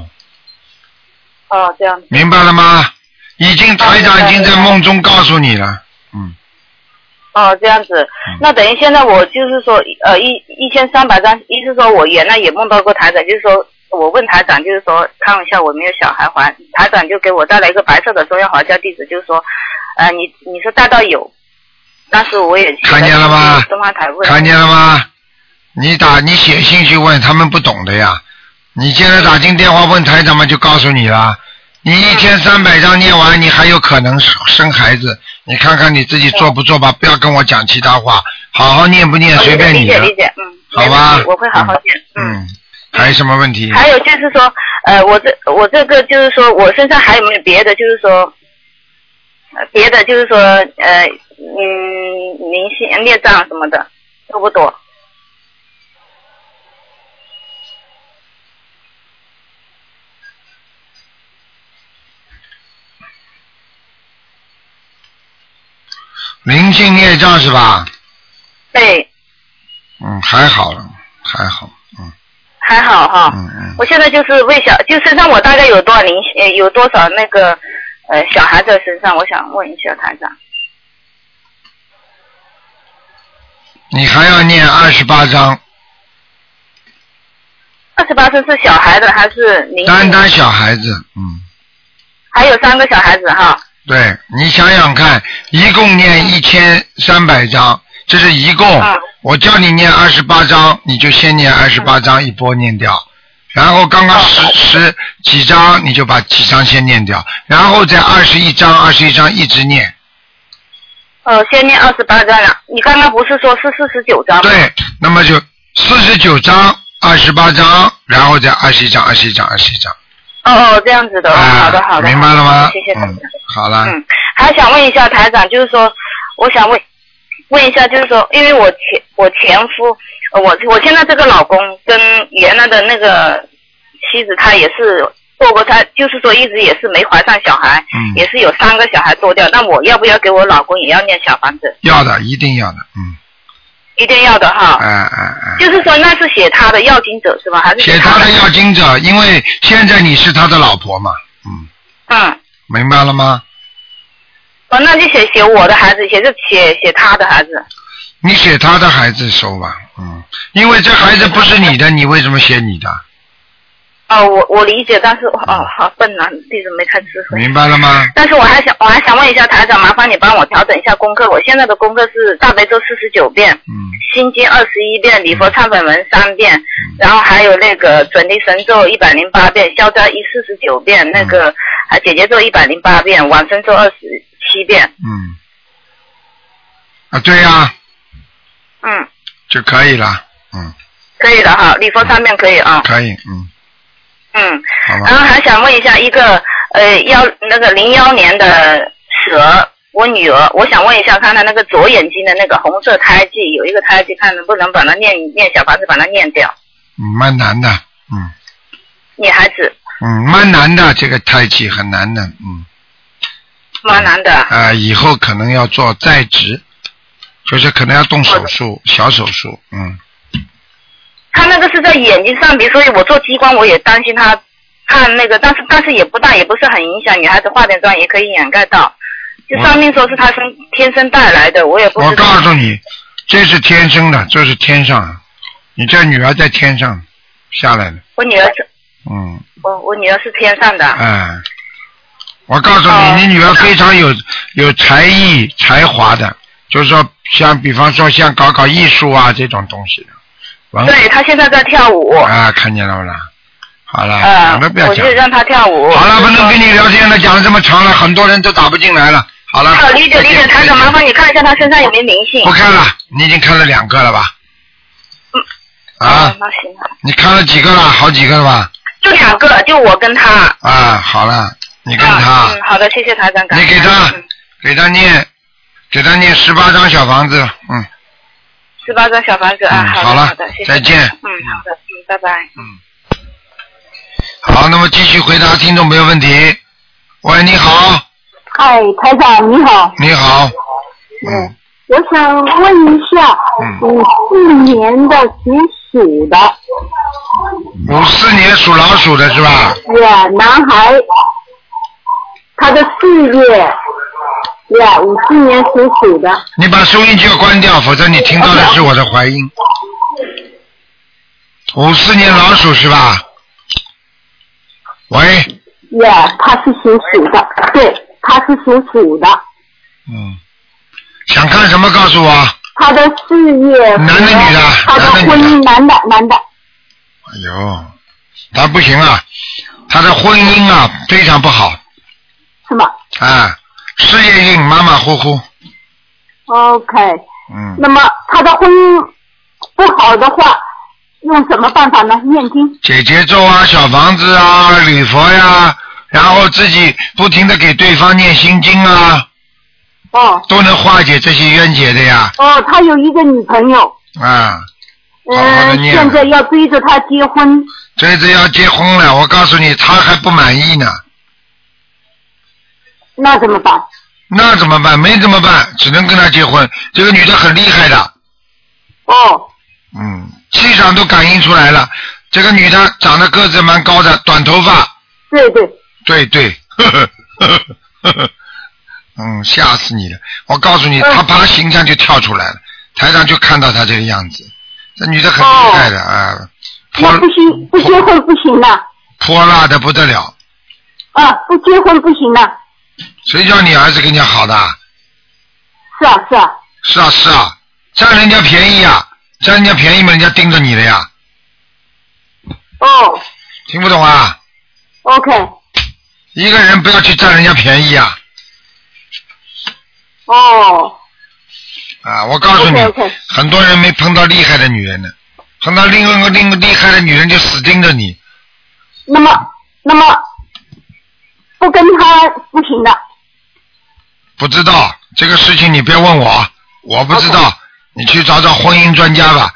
哦，这样子
明白了吗？已经台长已经在梦中告诉你了，嗯，
哦，这样子，那等于现在我就是说，呃，一一千三百张，意思说我原来也梦到过台长，就是说我问台长，就是说看一下我有没有小孩还，台长就给我带来一个白色的中央华教地址，就是说，呃，你你是带到有，但是我也
看见了吗
东方台问，
看见了吗？你打你写信去问，他们不懂的呀。你现在打进电话问台长嘛，就告诉你了。你一
嗯
天三百张念完，你还有可能生孩子。你看看你自己做不做吧，不要跟我讲其他话，好好念不念随便
啊理
你
解
了
理。解，嗯，
好
没
吧
问题我会好好念，嗯
嗯，还有什么问题？
还有就是说，呃，我这我这个就是说我身上还有没有别的，就是说，呃别的就是说，呃，嗯，灵性孽障什么的多不多？
灵性孽障是吧？
对，
嗯，还好了，还好，嗯
还好哈。
嗯嗯。
我现在就是为小，就身上我大概有多少灵性，呃有多少那个呃小孩在身上？我想问一下台长。
你还要念二十八章，
二十八岁是小孩的还是灵性？
单单小孩子，嗯。
还有三个小孩子哈。
对你想想看，一共念一千三百章，这是一共。
嗯
我叫你念二十八章，你就先念二十八章，一波念掉。然后刚刚十十几章，你就把几章先念掉，然后再二十一章，二十一章一直念。
呃，先念二十八章了。你刚刚不是说是四十九章吗？
对，那么就四十九章，二十八章，然后再二十一章，二十一章，二十一章。
哦，哦，这样子的，哦
啊
好的好的，
明白了吗？
谢谢台长
嗯。，好了，
嗯，还想问一下台长，就是说，我想问问一下，就是说，因为我前我前夫，呃我我现在这个老公跟原来的那个妻子，他也是做过他，就是说一直也是没怀上小孩，
嗯
也是有三个小孩多掉。那我要不要给我老公也要念小房子？
要的，一定要的，嗯，
一定要的哈。
哎哎哎。
就是说那是写他的要经者是吧？还是
写他的要？经者，因为现在你是他的老婆嘛，嗯，
嗯，
明白了吗？
哦，那就写写我的孩子，写是写写他的孩子。
你写他的孩子收吧，嗯，因为这孩子不是你的，你为什么写你的？
哦，我我理解，但是哦，好笨呐，弟子没太智慧。
明白了吗？
但是我还想，我还想问一下台长，麻烦你帮我调整一下功课。我现在的功课是大悲咒四十九遍，
嗯，
心经二十一遍，礼佛忏悔文三遍，
嗯
然后还有那个准提神咒一百零八遍，消灾一四十九遍，那个啊姐姐咒一百零八遍，往生咒二十七遍，
嗯，啊，对呀、
嗯，
就可以了，嗯，
可以的哈，礼佛三遍可以啊，
可以，嗯，
嗯，
好
然
吧，
后还想问一下一个呃幺那个零幺年的蛇，我女儿，我想问一下，看她那个左眼睛的那个红色胎记，有一个胎记，看能不能把它念念小房子把它念掉。
嗯蛮难的，嗯
女孩子
嗯，蛮难的，这个胎记很难的，嗯，
蛮难的，
啊、以后可能要做再植，就是可能要动手术，小手术，嗯，
她那个是在眼睛上，比如说我做激光，我也担心她看那个，但是但是也不大，也不是很影响女孩子化点妆也可以掩盖到。就上面说是她生天生带来的，我也不
我
知道。
告诉你，这是天生的，这是天上，你这女儿在天上下来的，
我女儿是，
嗯。
我我女儿是天上的。
哎，我告诉
哦
你，你女儿非常有有才艺才华的，就是说像比方说像搞搞艺术啊这种东西的，文
对她现在在跳舞。
啊，看见了不啦？好了，
呃
讲啊都不要
我
讲
就。让他跳舞。
好了，不能跟
你。
你聊天了，讲了这么长了，很多人都打不进来了。好了，
好，哦理解理解，台长，麻
吗？
烦你看一下他身上有没有灵性。
不看了，你已经看了两个了吧？嗯。啊
哦，那行啊，
你看了几个了？好几个了吧？
就两个，就我跟他。
啊，好了，你跟他。
啊嗯，好的，谢谢台长。感
你
谢
给他
嗯
给他念，给他念十八张小房子，嗯
十八张小房子啊
嗯，，
的
了，
好的，谢谢。
再见，
嗯，好的，嗯，拜拜。
嗯。好，那么继续回答听众朋友问题。喂，你好，
嗨，台长你好，
你好，嗯，
我想问一下，
嗯
五四年的属鼠的，
嗯五四年属老鼠的是吧？
呀，男孩，他的事业，呀，五四年属鼠的，
你把收音机要关掉，否则你听到的是我的回音。五四年老鼠是吧？喂，
呀，他是属鼠的，对，他是属鼠的，
嗯，想看什么告诉我？
他的事业和
男的女的
他的
男的
婚
女
姻，男的男的，
哎呦，他不行啊，他的婚姻啊非常不好
是吗
啊，事业运马马虎虎，
哦？OK，
嗯，
那么他的婚姻不好的话，用什么办法呢？念经，
解节奏啊，小房子啊，礼佛呀、然后自己不停的给对方念心经啊，
哦。
都能化解这些冤结的呀，
哦，他有一个女朋友，
啊，
嗯、
好好地念
现在要追着他结婚，
这次要结婚了，我告诉你，他还不满意呢，
那怎么办？
那怎么办？没怎么办，只能跟他结婚。这个女的很厉害的，
哦，
嗯，气场都感应出来了。这个女的长得个子蛮高的，短头发，
对对，
对对， 呵呵呵呵呵，嗯，吓死你了！我告诉你，
嗯
她啪形象就跳出来了，台上就看到她这个样子。这女的很厉害的啊，泼
哦那不行，不结婚不行了，
泼辣的不得了。
啊，不结婚不行了，
谁叫你儿子跟人家好的啊？
是啊是啊，
是啊是啊，占人家便宜啊，占人家便宜嘛，人家盯着你了呀。
哦
听不懂啊？
，OK，
一个人不要去占人家便宜啊！
哦
啊，我告诉你
，OK OK，
很多人没碰到厉害的女人呢，碰到另外一个另一个厉害的女人就死盯着你，
那么那么不跟他不行的，
不知道这个事情你别问我，我不知道你去找找婚姻专家吧。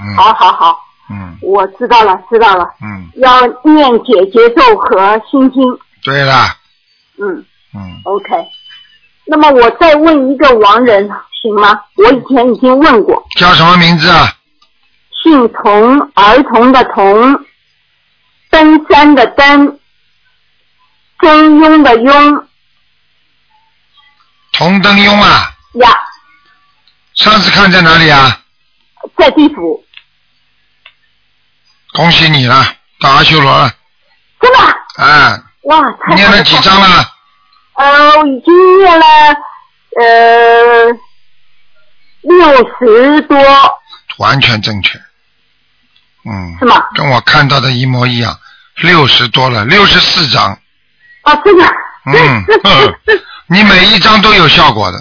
嗯
好好好，
嗯
我知道了知道了，
嗯，
要念解结咒和心经，
对了，
嗯。
嗯，
OK，那么我再问一个亡人，行吗？我以前已经问过，
叫什么名字啊？
姓童，儿童的童，登山的登，中庸的庸
童登庸啊，
呀，
上次看在哪里啊？
在地府，
恭喜你了，到阿修罗了，
真的啊
啊，
哇，太好
念了几张？啊了？
呃，我已经念了呃六十多，
完全正确，嗯
是，吗？
跟我看到的一模一样，六十多了，六十四张，
啊，真的，
嗯你每一张都有效果的，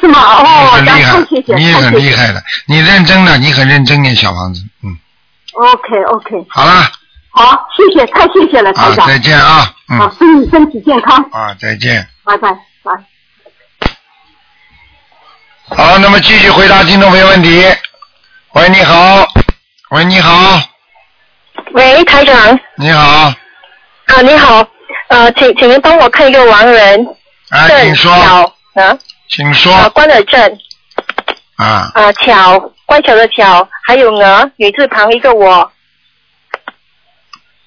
是吗？
你
哦，
很
然
厉害
后谢谢，，
你也
太
很
谢谢
厉害的，你认真的，你很认真念小房子，嗯，
OK OK，
好了，
好，谢谢，太谢谢了，台
啊，
长。
再见啊，
好，
嗯，
祝你身体健康，
啊，再见。
拜拜，拜。
好，那么继续回答听众朋友问题。喂，你好，喂，你好，
喂，台长
你好，
啊，你好，呃，请请您帮我看一个亡人
哎，
郑
请
巧
说，
啊，
请
啊，
说
关尔郑
啊，
啊，巧，乖巧的巧，还有鹅，女字旁一个我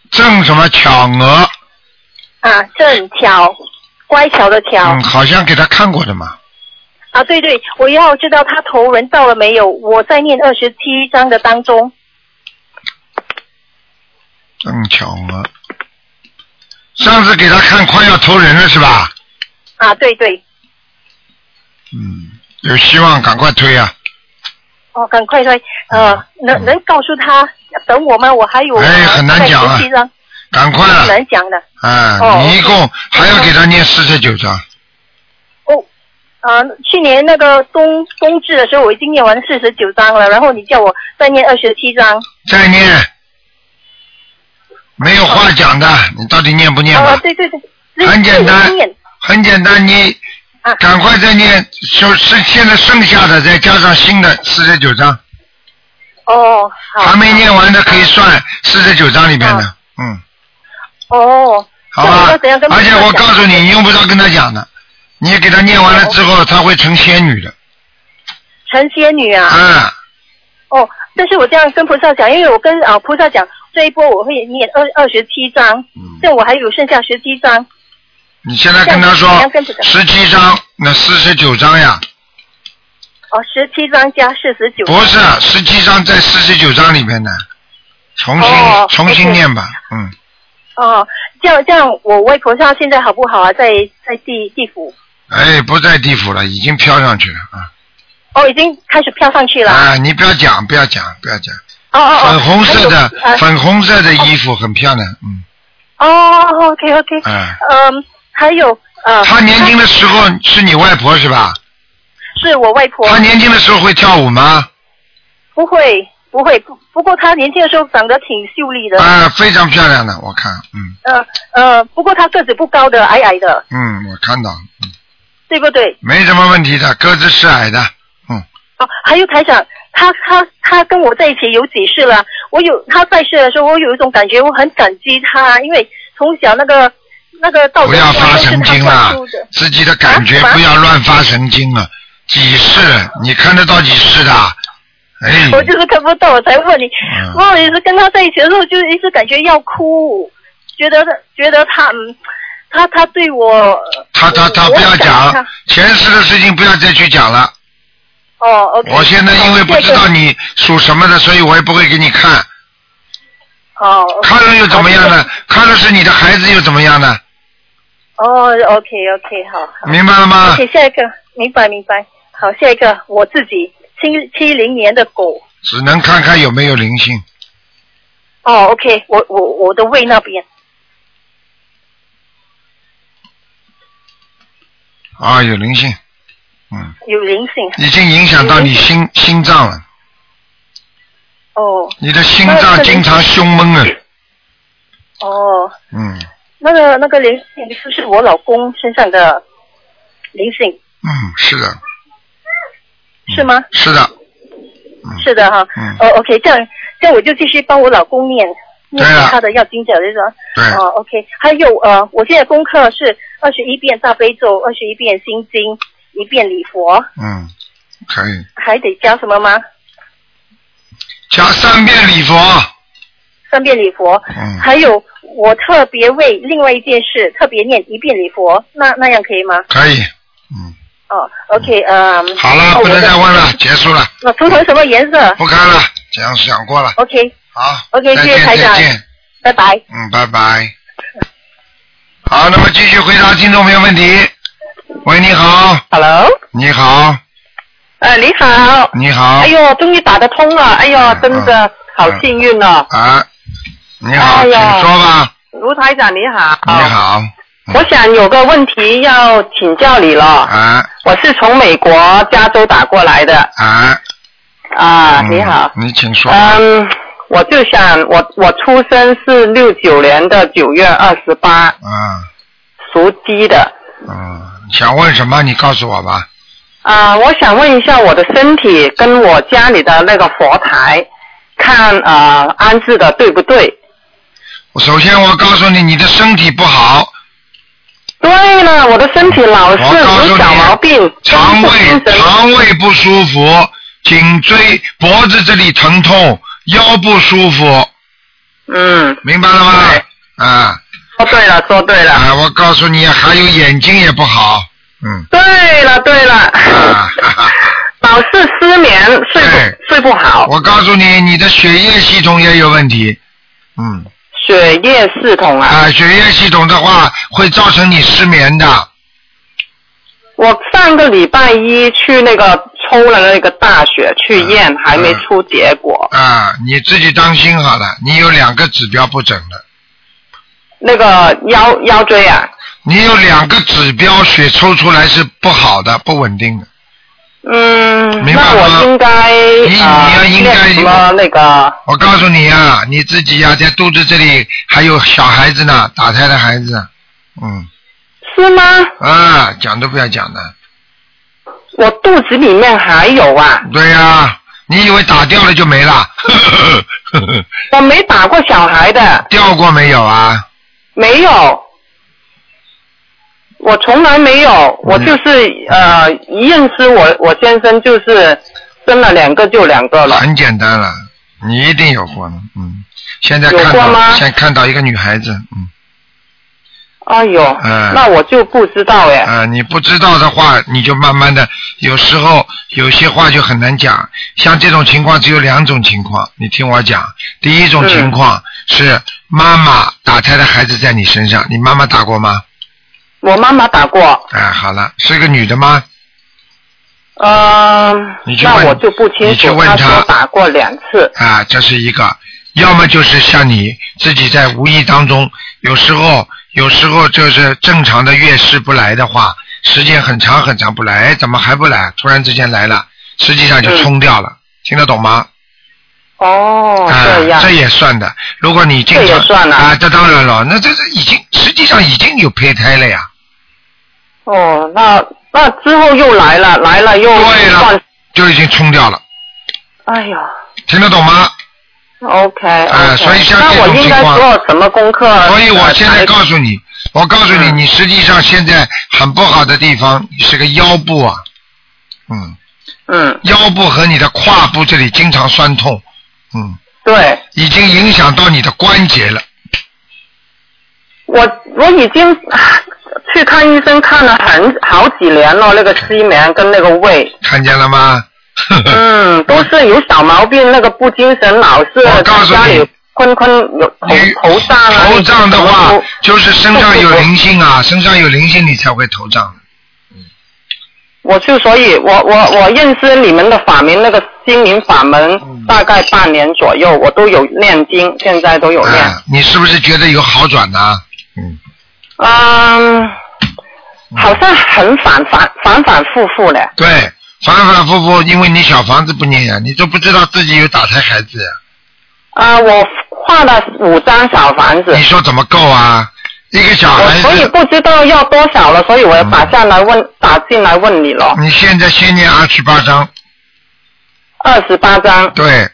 郑什么巧娥？
啊，郑巧，乖巧的巧、
嗯，好像给他看过的嘛。
啊，对对，我要知道他头纹到了没有？我在念二十七章的当中
郑巧娥，上次给他看快要投人了是吧？
啊，对对，
嗯，有希望，赶快推啊！
哦，赶快快，呃，能能告诉他等我吗？我还有
嗯哎很难讲啊
十七章，
赶快啊
很
了，
难讲的。
哎，你一共还要给他念四十九章，
哦，啊，去年那个冬冬至的时候，我已经念完四十九章了，然后你叫我再念二十七章。
再念，没有话讲的，你到底念不念吧
啊，？对对对，
很简单
自己念
很简单，你
啊
赶快再念，就是现在剩下的再加上新的四十九章，
哦，好
还，没念完的可以算四十九章里面的，嗯，
哦，
好
那我
吧
要怎样。跟
而且我
菩萨
告
讲
诉你，你用不着跟他讲的，你给他念完了之后，他会成仙女的，
成仙女啊，
啊，
哦，但是我这样跟菩萨讲，因为我跟啊菩萨讲，这一波我会念二二十七章，
嗯
但我还有剩下十七章，
你现在跟他
这样
说
子怎么样跟菩萨
十七章，那四十九章呀，
哦，十七章加四十九，
不是十七章在四十九章里面的，重新
哦
重新
对
念吧，嗯，
哦，这样这样，我外婆她现在好不好啊？在在地地府，
哎，不在地府了，已经飘上去了啊。
哦，已经开始飘上去了。
啊，你不要讲，不要讲，不要讲。
哦哦哦，
粉红色的
还有呃
粉红色的衣服很漂亮，嗯，
哦，OK OK，
啊，
嗯，还有呃，
她年轻的时候是你外婆是吧？
是我外婆，
她年轻的时候会跳舞吗？
不会不会，不不过她年轻的时候长得挺秀丽的，
啊，非常漂亮的，我看，嗯
呃呃，不过她个子不高的，矮矮的，
嗯，我看到，嗯，
对不对？
没什么问题的，个子是矮的，嗯，
哦，还有台长，她她她跟我在一起有几世了，我有她在世的时候，我有一种感觉，我很感激她，因为从小那个那个道
不
德
要
观
发
都是
神
她
经
灌
了
输的，，
自己的感觉
啊什么啊
不要乱发神经了。几世？你看得到几世的？哎，
我就是看不到，我才问你。
嗯
我也是跟他在一起的时候，就是一直感觉要哭，觉得觉得他嗯，他他对我
他他他
我
不要
我感觉
讲
他
前世的事情，不要再去讲了。
哦，OK。
我现在因为不知道你属什么的，所以我也不会给你看。
哦，OK，
看了又怎么样呢？看了是你的孩子又怎么样呢？
哦，OK OK，好。好
明白了吗？
OK，下一个，明白明白。好，下一个我自己七七零年的狗。
只能看看有没有灵性。
哦，OK，我我我的胃那边
啊，有灵性，嗯，
有灵性。
已经影响到你心心脏了，
哦
你的心脏经常胸闷啊，
哦，
嗯
那个那个灵性是不是我老公身上的灵性？
嗯，是的，
是吗？
是的，
是的哈，
嗯
哦，OK，这样这样我就继续帮我老公念念
对了嗯
他的要经者就是说，
对，
哦，OK，还有呃，我现在功课是二十一遍大悲咒，二十一遍心经，
一遍礼佛，
嗯，可以
还得加什么吗？
加三遍礼佛，
三遍礼佛，
嗯，
还有我特别为另外一件事特别念一遍礼佛，那那样可以吗？
可以，嗯，
哦，OK，嗯、
好了，
哦
不能再问。
我
了
的，
结束了，
那图腾什么颜色
不看了，讲讲过了，
？OK，
好
OK，
再
谢谢
见
台长
再见，
拜拜。
嗯，拜拜。好，那么继续回答听众朋友问题。喂，你好，
Hello，
你好，
呃，你好，
你好嗯
哎，呦，终于打得通了，哎呦，真的好幸运哦，
啊，你好，
哎
请
呦
说吧，
卢台长你好，
你好，
我想有个问题要请教你了，
啊
我是从美国加州打过来的
啊，
啊，
嗯
你好，
你请说，
嗯，我就想我我出生是六九年的九月二十八，
嗯
属鸡的
嗯，想问什么？你告诉我吧，
啊，我想问一下我的身体跟我家里的那个佛台，看啊、呃安置的对不对？
首先，我告诉你，你的身体不好，
对了，我的身体老是
我告诉
有
你
小毛病，
肠胃
真 是精神
肠胃不舒服，颈椎、脖子这里疼痛，腰不舒服，
嗯，
明白了吗？啊
说对了，说对了，
啊！我告诉你，还有眼睛也不好，嗯
对了对了，
啊，哈哈
老是失眠，睡
对
不睡不好，
我告诉你，你的血液系统也有问题，嗯
血液系统啊，
啊，血液系统的话会造成你失眠的，
我上个礼拜一去那个抽了那个大血去验，还没出结果，
啊，你自己当心好了，你有两个指标不整的，
那个腰腰椎啊，
你有两个指标血抽出来是不好的、不稳定的。
嗯，
明白
那
吗
我应该
你
啊，
你要应该
念什么那个
我告诉你啊，你自己呀、在肚子这里还有小孩子呢，打胎的孩子，嗯
是吗？
啊，讲都不要讲的。
我肚子里面还有啊，
对呀、你以为打掉了就没了？
我没打过小孩的，
掉过没有啊？
没有，我从来没有，我就是、呃，一认识我我先生就是生了两个就两个了，
很简单了，你一定有过呢。嗯，现在
有
看
过
到
吗
现在看到一个女孩子，嗯
哎呦，
嗯
那我就不知道哎，
啊、你不知道的话，你就慢慢的，有时候有些话就很难讲。像这种情况只有两种情况，你听我讲。第一种情况是妈妈打胎的孩子在你身上，你妈妈打过吗？
我妈妈打过，
哎、好了，是个女的吗？
嗯、
你去问
那我就不清
你去
楚，
问
她
她
说打过两次，
啊，这是一个，要么就是像你自己在无意当中，有时候有时候就是正常的月事不来的话，时间很长很长不来，哎怎么还不来？突然之间来了，实际上就冲掉了，听得懂吗？
哦，
啊，
这样，
也算的。如果你经常
这也算啊
啊，这当然了，那这是已经实际上已经有胚胎了呀。
哦，那那之后又来了，来了又
对了
换，，
就已经冲掉了，
哎呦。
听得懂吗？
OK，
啊所以像这
那我
种
应
情
该
况
做什么功课？
所以我现在
呃
告诉你，我告诉你，
嗯
你实际上现在很不好的地方是个腰部啊，嗯，
嗯，
腰部和你的胯部这里经常酸痛，嗯，
对，
已经影响到你的关节了。
我我已经 啊去看医生看了很好几年了，那个失眠跟那个胃，
看见了吗？
嗯，都是有小毛病，那个不精神，老是
我
在
告诉
家
你
里困困有头
你
头胀啊，
头胀的话
那个头，
就是身上有灵性啊，身上有灵性你才会头胀。
我就所以，我我我认识你们的法门那个心灵法
嗯
门，大概半年左右，我都有念经，现在都有念。
啊，你是不是觉得有好转呢、嗯，
嗯，好像很反反反反复复嘞。
对，反反复复，因为你小房子不念呀，你都不知道自己有打胎孩子呀。
啊、我画了五张小房子
你，说怎么够啊？一个小
我
孩
所以
子，
不知道要多少了，所以我要打下来问，
嗯
打进来问你咯。
你现在先念二十八章，
二十八张，
对，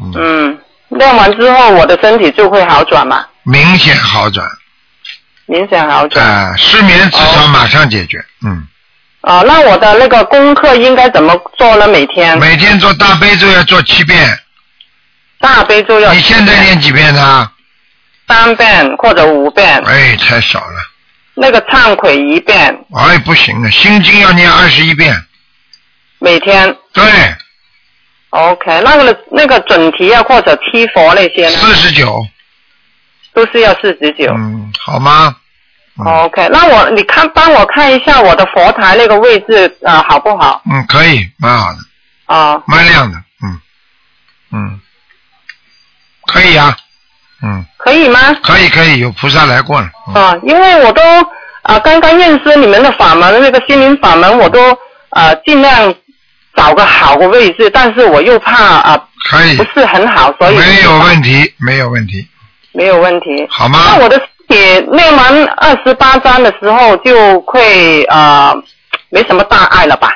嗯，
嗯，练完之后我的身体就会好转嘛，
明显好转，
明显好转。
啊，失眠至少马上解决，嗯，
啊，那我的那个功课应该怎么做呢？每天
每天做大悲咒要做七遍。
大悲咒要
你现在念几遍呢？
三遍或者五遍，
哎，太少了，
那个忏悔一遍，
哎，不行啊，心经要念二十一遍。
每天。
对，
OK，那个那个准提啊或者七佛那些呢，
四十九，
都是要四十九。
嗯，好吗？嗯
OK，那我你看帮我看一下我的佛台那个位置啊、呃好不好？
嗯，可以，蛮好的，
啊、
蛮亮的，嗯，嗯，可以啊，嗯，
可以吗？
可以可以，有菩萨来过了，嗯
啊，因为我都啊、刚刚认识你们的法门，那个心灵法门，我都啊、尽量找个好的位置，但是我又怕啊、
可以
不，是很好，所以
没有问题，没有问题，
没有问题。
好吗？
那我的也练完二十八章的时候就会啊、没什么大碍了吧？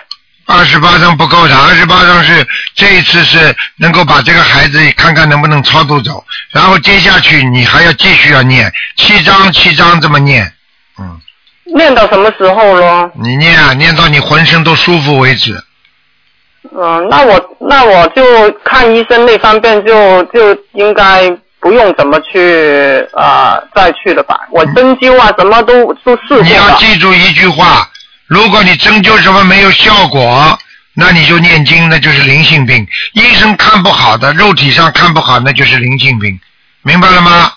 二十八张不够的，二十八张是这一次是能够把这个孩子看看能不能超度走，然后接下去你还要继续要念七张七张这么念，嗯，
练到什么时候咯？
你念啊念到你浑身都舒服为止，
嗯，那我那我就看医生那方面就就应该不用怎么去啊、再去了吧。我针灸啊什么都都试过
你要
了。
记住一句话，如果你针灸什么没有效果，那你就念经，那就是灵性病。医生看不好的，肉体上看不好，那就是灵性病，明白了吗？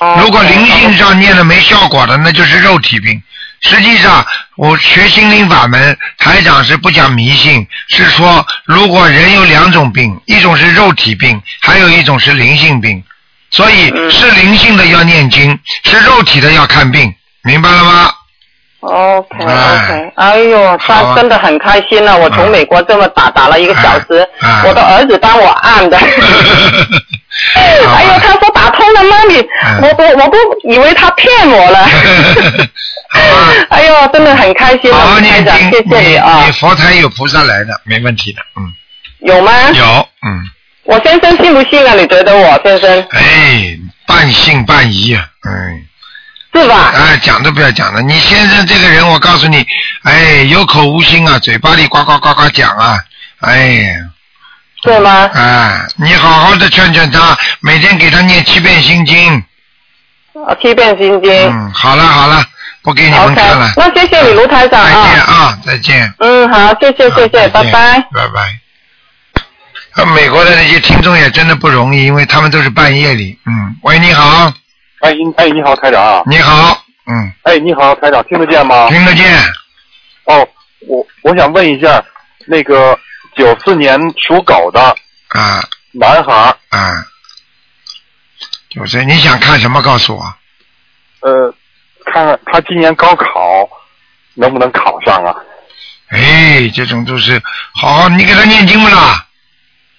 哦
如果灵性上念了没效果的，那就是肉体病。实际上，我学心灵法门，台长是不讲迷信，是说如果人有两种病，一种是肉体病，还有一种是灵性病。所以
嗯
是灵性的要念经，是肉体的要看病，明白了吗？
哦 OK
哎
OK，哎呦，
好啊
他真的很开心了。我从美国这么打打了一个小时
哎哎，
我的儿子帮我 按的。 哎
啊
呦，他说打通了吗？你
嗯，
我我我都以为他骗 我了。 哎呦，真的很开心
好
了，
好
吴台
念
长，
经，
谢谢
你
啊
你。佛台有菩萨来的，没问题的， 嗯，
有吗？
有，嗯，
我先生信不信啊？你觉得我先生
哎，半信半疑啊，嗯。
是吧？
哎，讲都不要讲了。你先生这个人，我告诉你，哎，有口无心啊，嘴巴里呱呱呱呱讲啊，哎，
对吗？
哎，你好好的劝劝他，每天给他念七遍心经。
啊七遍心经。
嗯，好了好了，不给你们
OK，
看了，
那谢谢你，卢台长
再见
啊。
啊，再见。
嗯，好，谢谢谢
啊
谢，拜拜。，
拜拜。啊，美国的那些听众也真的不容易，因为他们都是半夜里。嗯，喂，你好，
哎，你哎，你好，台长啊！
你好，嗯，
哎，你好，台长，听得见吗？
听得见，
哦，我我想问一下，那个九四年属狗的
啊
男孩，
啊，就是你想看什么，告诉我。
呃，看看他今年高考能不能考上啊？
哎，这种都是好，你给他念经不啦？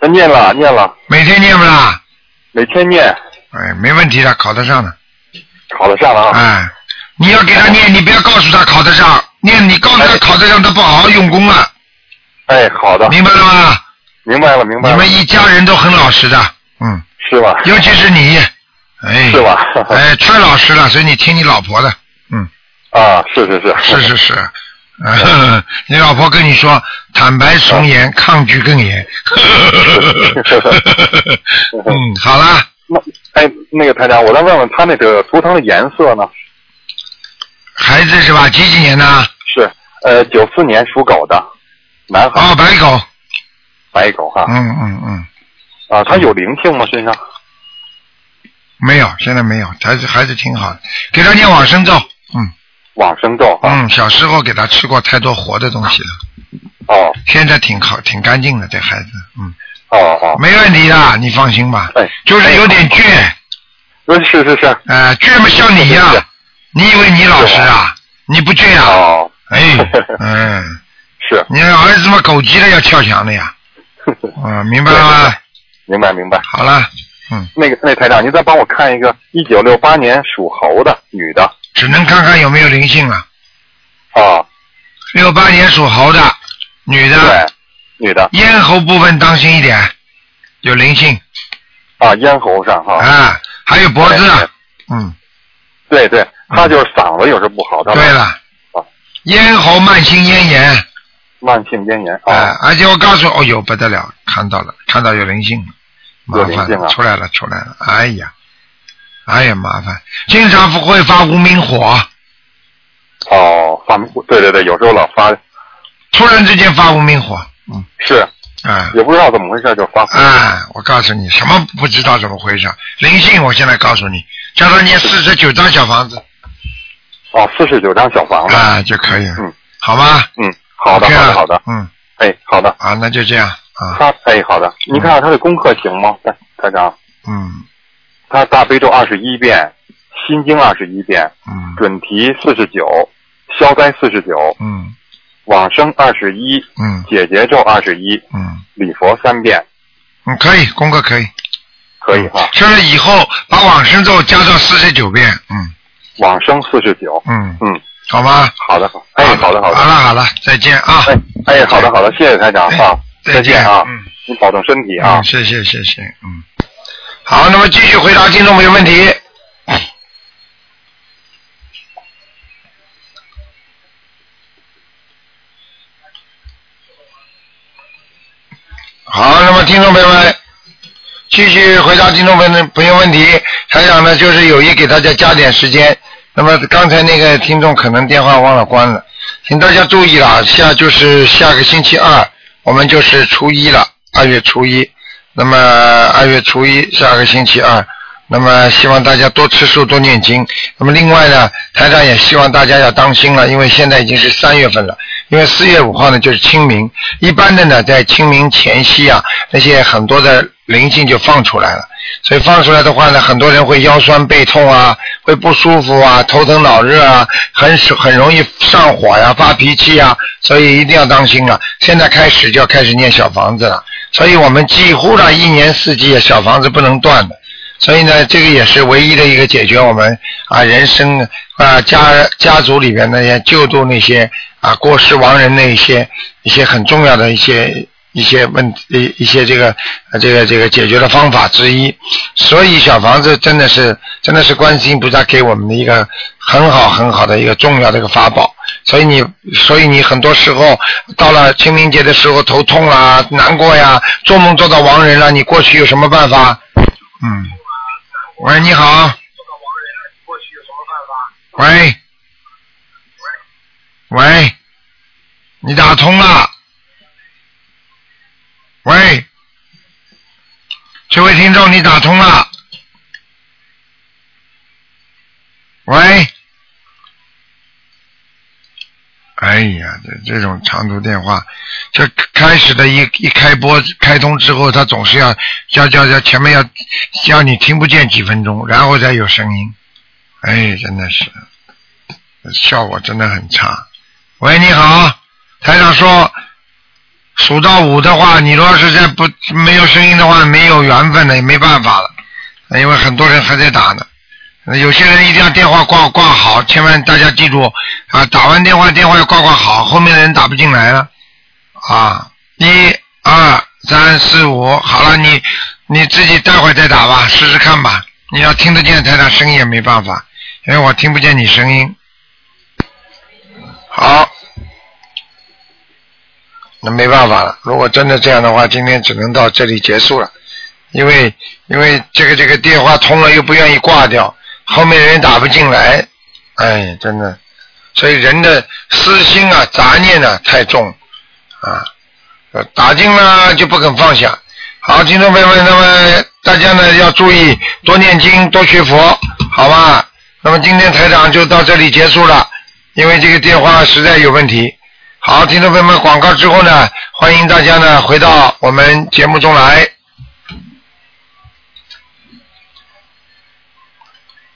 他念了，念了，
每天念不啦？
每天念，
哎，没问题的，考得上的。
考得上了啊！
哎，你要给他念，你不要告诉他考得上，念你告诉他考得上，他不好好用功了，
哎，好的，
明白了吗？
明白了，明白
你
了，
们一家人都很老实的，嗯，
是吧？
尤其是你，哎，
是？吧？
哎，太老实了，所以你听你老婆的，
啊，是是是
是是是。 你老婆跟你说，坦白从严，抗拒更 严。嗯，好啦，
那哎，那个台长，我再问问他那个图腾的颜色呢？
孩子是吧？几几年的？
是呃，九四年属狗的男孩，
哦，白狗，
白狗哈。
嗯嗯嗯，
啊，他有灵性吗？身上？
没有，现在没有，还是还是挺好的。给他念往生咒，嗯
往生咒啊。
嗯，小时候给他吃过太多活的东西了，
哦
现在挺好，挺干净的这孩子，嗯，
哦哦，
没问题的，你放心吧。
哎，
就是有点倔，
嗯，是是是。
呃，倔嘛像你呀、
是是
你以为你老实啊？你不倔啊？
哦，
哎，嗯，
是，
你儿子嘛狗急了要跳墙的 呀，嗯，明白了
对对
吗？
明白明白。
好了，
那个那台长，您再帮我看一个一九六八年属猴的女的
只能看看有没有灵性了。
啊，
六八年属猴的，女的。
对，女的
咽喉部分当心一点，有灵性
啊，咽喉上哈，
啊，还有脖子，嗯，
对对，她就是嗓子有时候不好，她
嗯对了
啊，
咽喉慢性咽炎。
慢性咽炎
哎、而且我告诉，哦呦不得了，看到了，看到有灵性了，麻
有灵
烦
性
了，
啊
出来了，出来了，哎呀，哎呀，麻烦，经常会发无名火，
哦，发明对对对，有时候老发
突然之间发无名火，嗯
是
啊，
也不知道怎么回事就发
啊，我告诉你，什么不知道怎么回事，灵性，我现在告诉你，叫他念四十九张小房子
哦，四十九张小房子，
啊就可以了，
嗯，
好吗？
嗯，好的
OK
好
啊
的好的，
嗯，
哎好的，
啊，那就这样啊，
他哎好的，你看看他的功课行吗，台台长？
嗯
他大悲咒二十一遍，心经二十一遍，
嗯
准提四十九，消灾四十九，
嗯
往生二十一，
嗯
解结咒二十一，
嗯
礼佛三遍，
嗯，可以，功课可以，
可以哈。
就是嗯以后把往生咒加到四十九遍，嗯
往生四十九，
嗯，
嗯，
好吗？
好的好，哎好的好
好
的，
了好了，再见啊，
哎哎好的好的，谢谢台长啊，再见啊，
嗯
你保重身体啊
嗯，。谢谢谢谢，嗯，好，那么继续回答听众朋友问题。好，那么听众朋友们，继续回答听众朋友朋友问题。台长呢，就是有意给大家加点时间。那么刚才那个听众可能电话忘了关了，请大家注意啦，下就是下个星期二，我们就是初一了，二月初一。那么二月初一，下个星期二。那么希望大家多吃素，多念经。那么另外呢，台长也希望大家要当心了，因为现在已经是三月份了，因为四月五号呢就是清明。一般的呢，在清明前夕啊，那些很多的灵性就放出来了。所以放出来的话呢，很多人会腰酸背痛啊，会不舒服啊，头疼脑热啊，很很容易上火呀、发脾气呀、所以一定要当心了。啊现在开始就要开始念小房子了，所以我们几乎呢一年四季小房子不能断的。所以呢，这个也是唯一的一个解决我们啊人生啊家家族里边那些救度那些啊过世亡人那一些一些很重要的一些一些问一一些这个呃这个这个解决的方法之一。所以小房子真的是真的是观世音菩萨给我们的一个很好很好的一个重要的一个法宝。所以你所以你很多时候到了清明节的时候头痛啦、难过呀、做梦做到亡人了，你过去有什么办法？嗯，喂，你好。喂，喂，你打通了？喂，这位听众，你打通了？喂，哎呀，这这种长途电话，这开始的一一开播开通之后，他总是要要要要前面要要你听不见几分钟，然后再有声音，哎，真的是效果真的很差。喂，你好，台长说数到五的话，你若是在不没有声音的话，没有缘分了，也没办法了，因为很多人还在打呢。呃有些人一定要电话挂挂好，千万大家记住啊！打完电话，电话要挂挂好，后面的人打不进来了啊！一二三四五，好了，你你自己待会儿再打吧，试试看吧。你要听得见台长声音也没办法，因为我听不见你声音。好，那没办法了。如果真的这样的话，今天只能到这里结束了，因为因为这个这个电话通了又不愿意挂掉，后面人打不进来，哎，真的，所以人的私心啊、杂念呢、太重啊，呃打进了就不肯放下。好，听众朋友们，那么大家呢要注意多念经、多学佛，好吧？那么今天台长就到这里结束了，因为这个电话实在有问题。好，听众朋友们，广告之后呢，欢迎大家呢回到我们节目中来。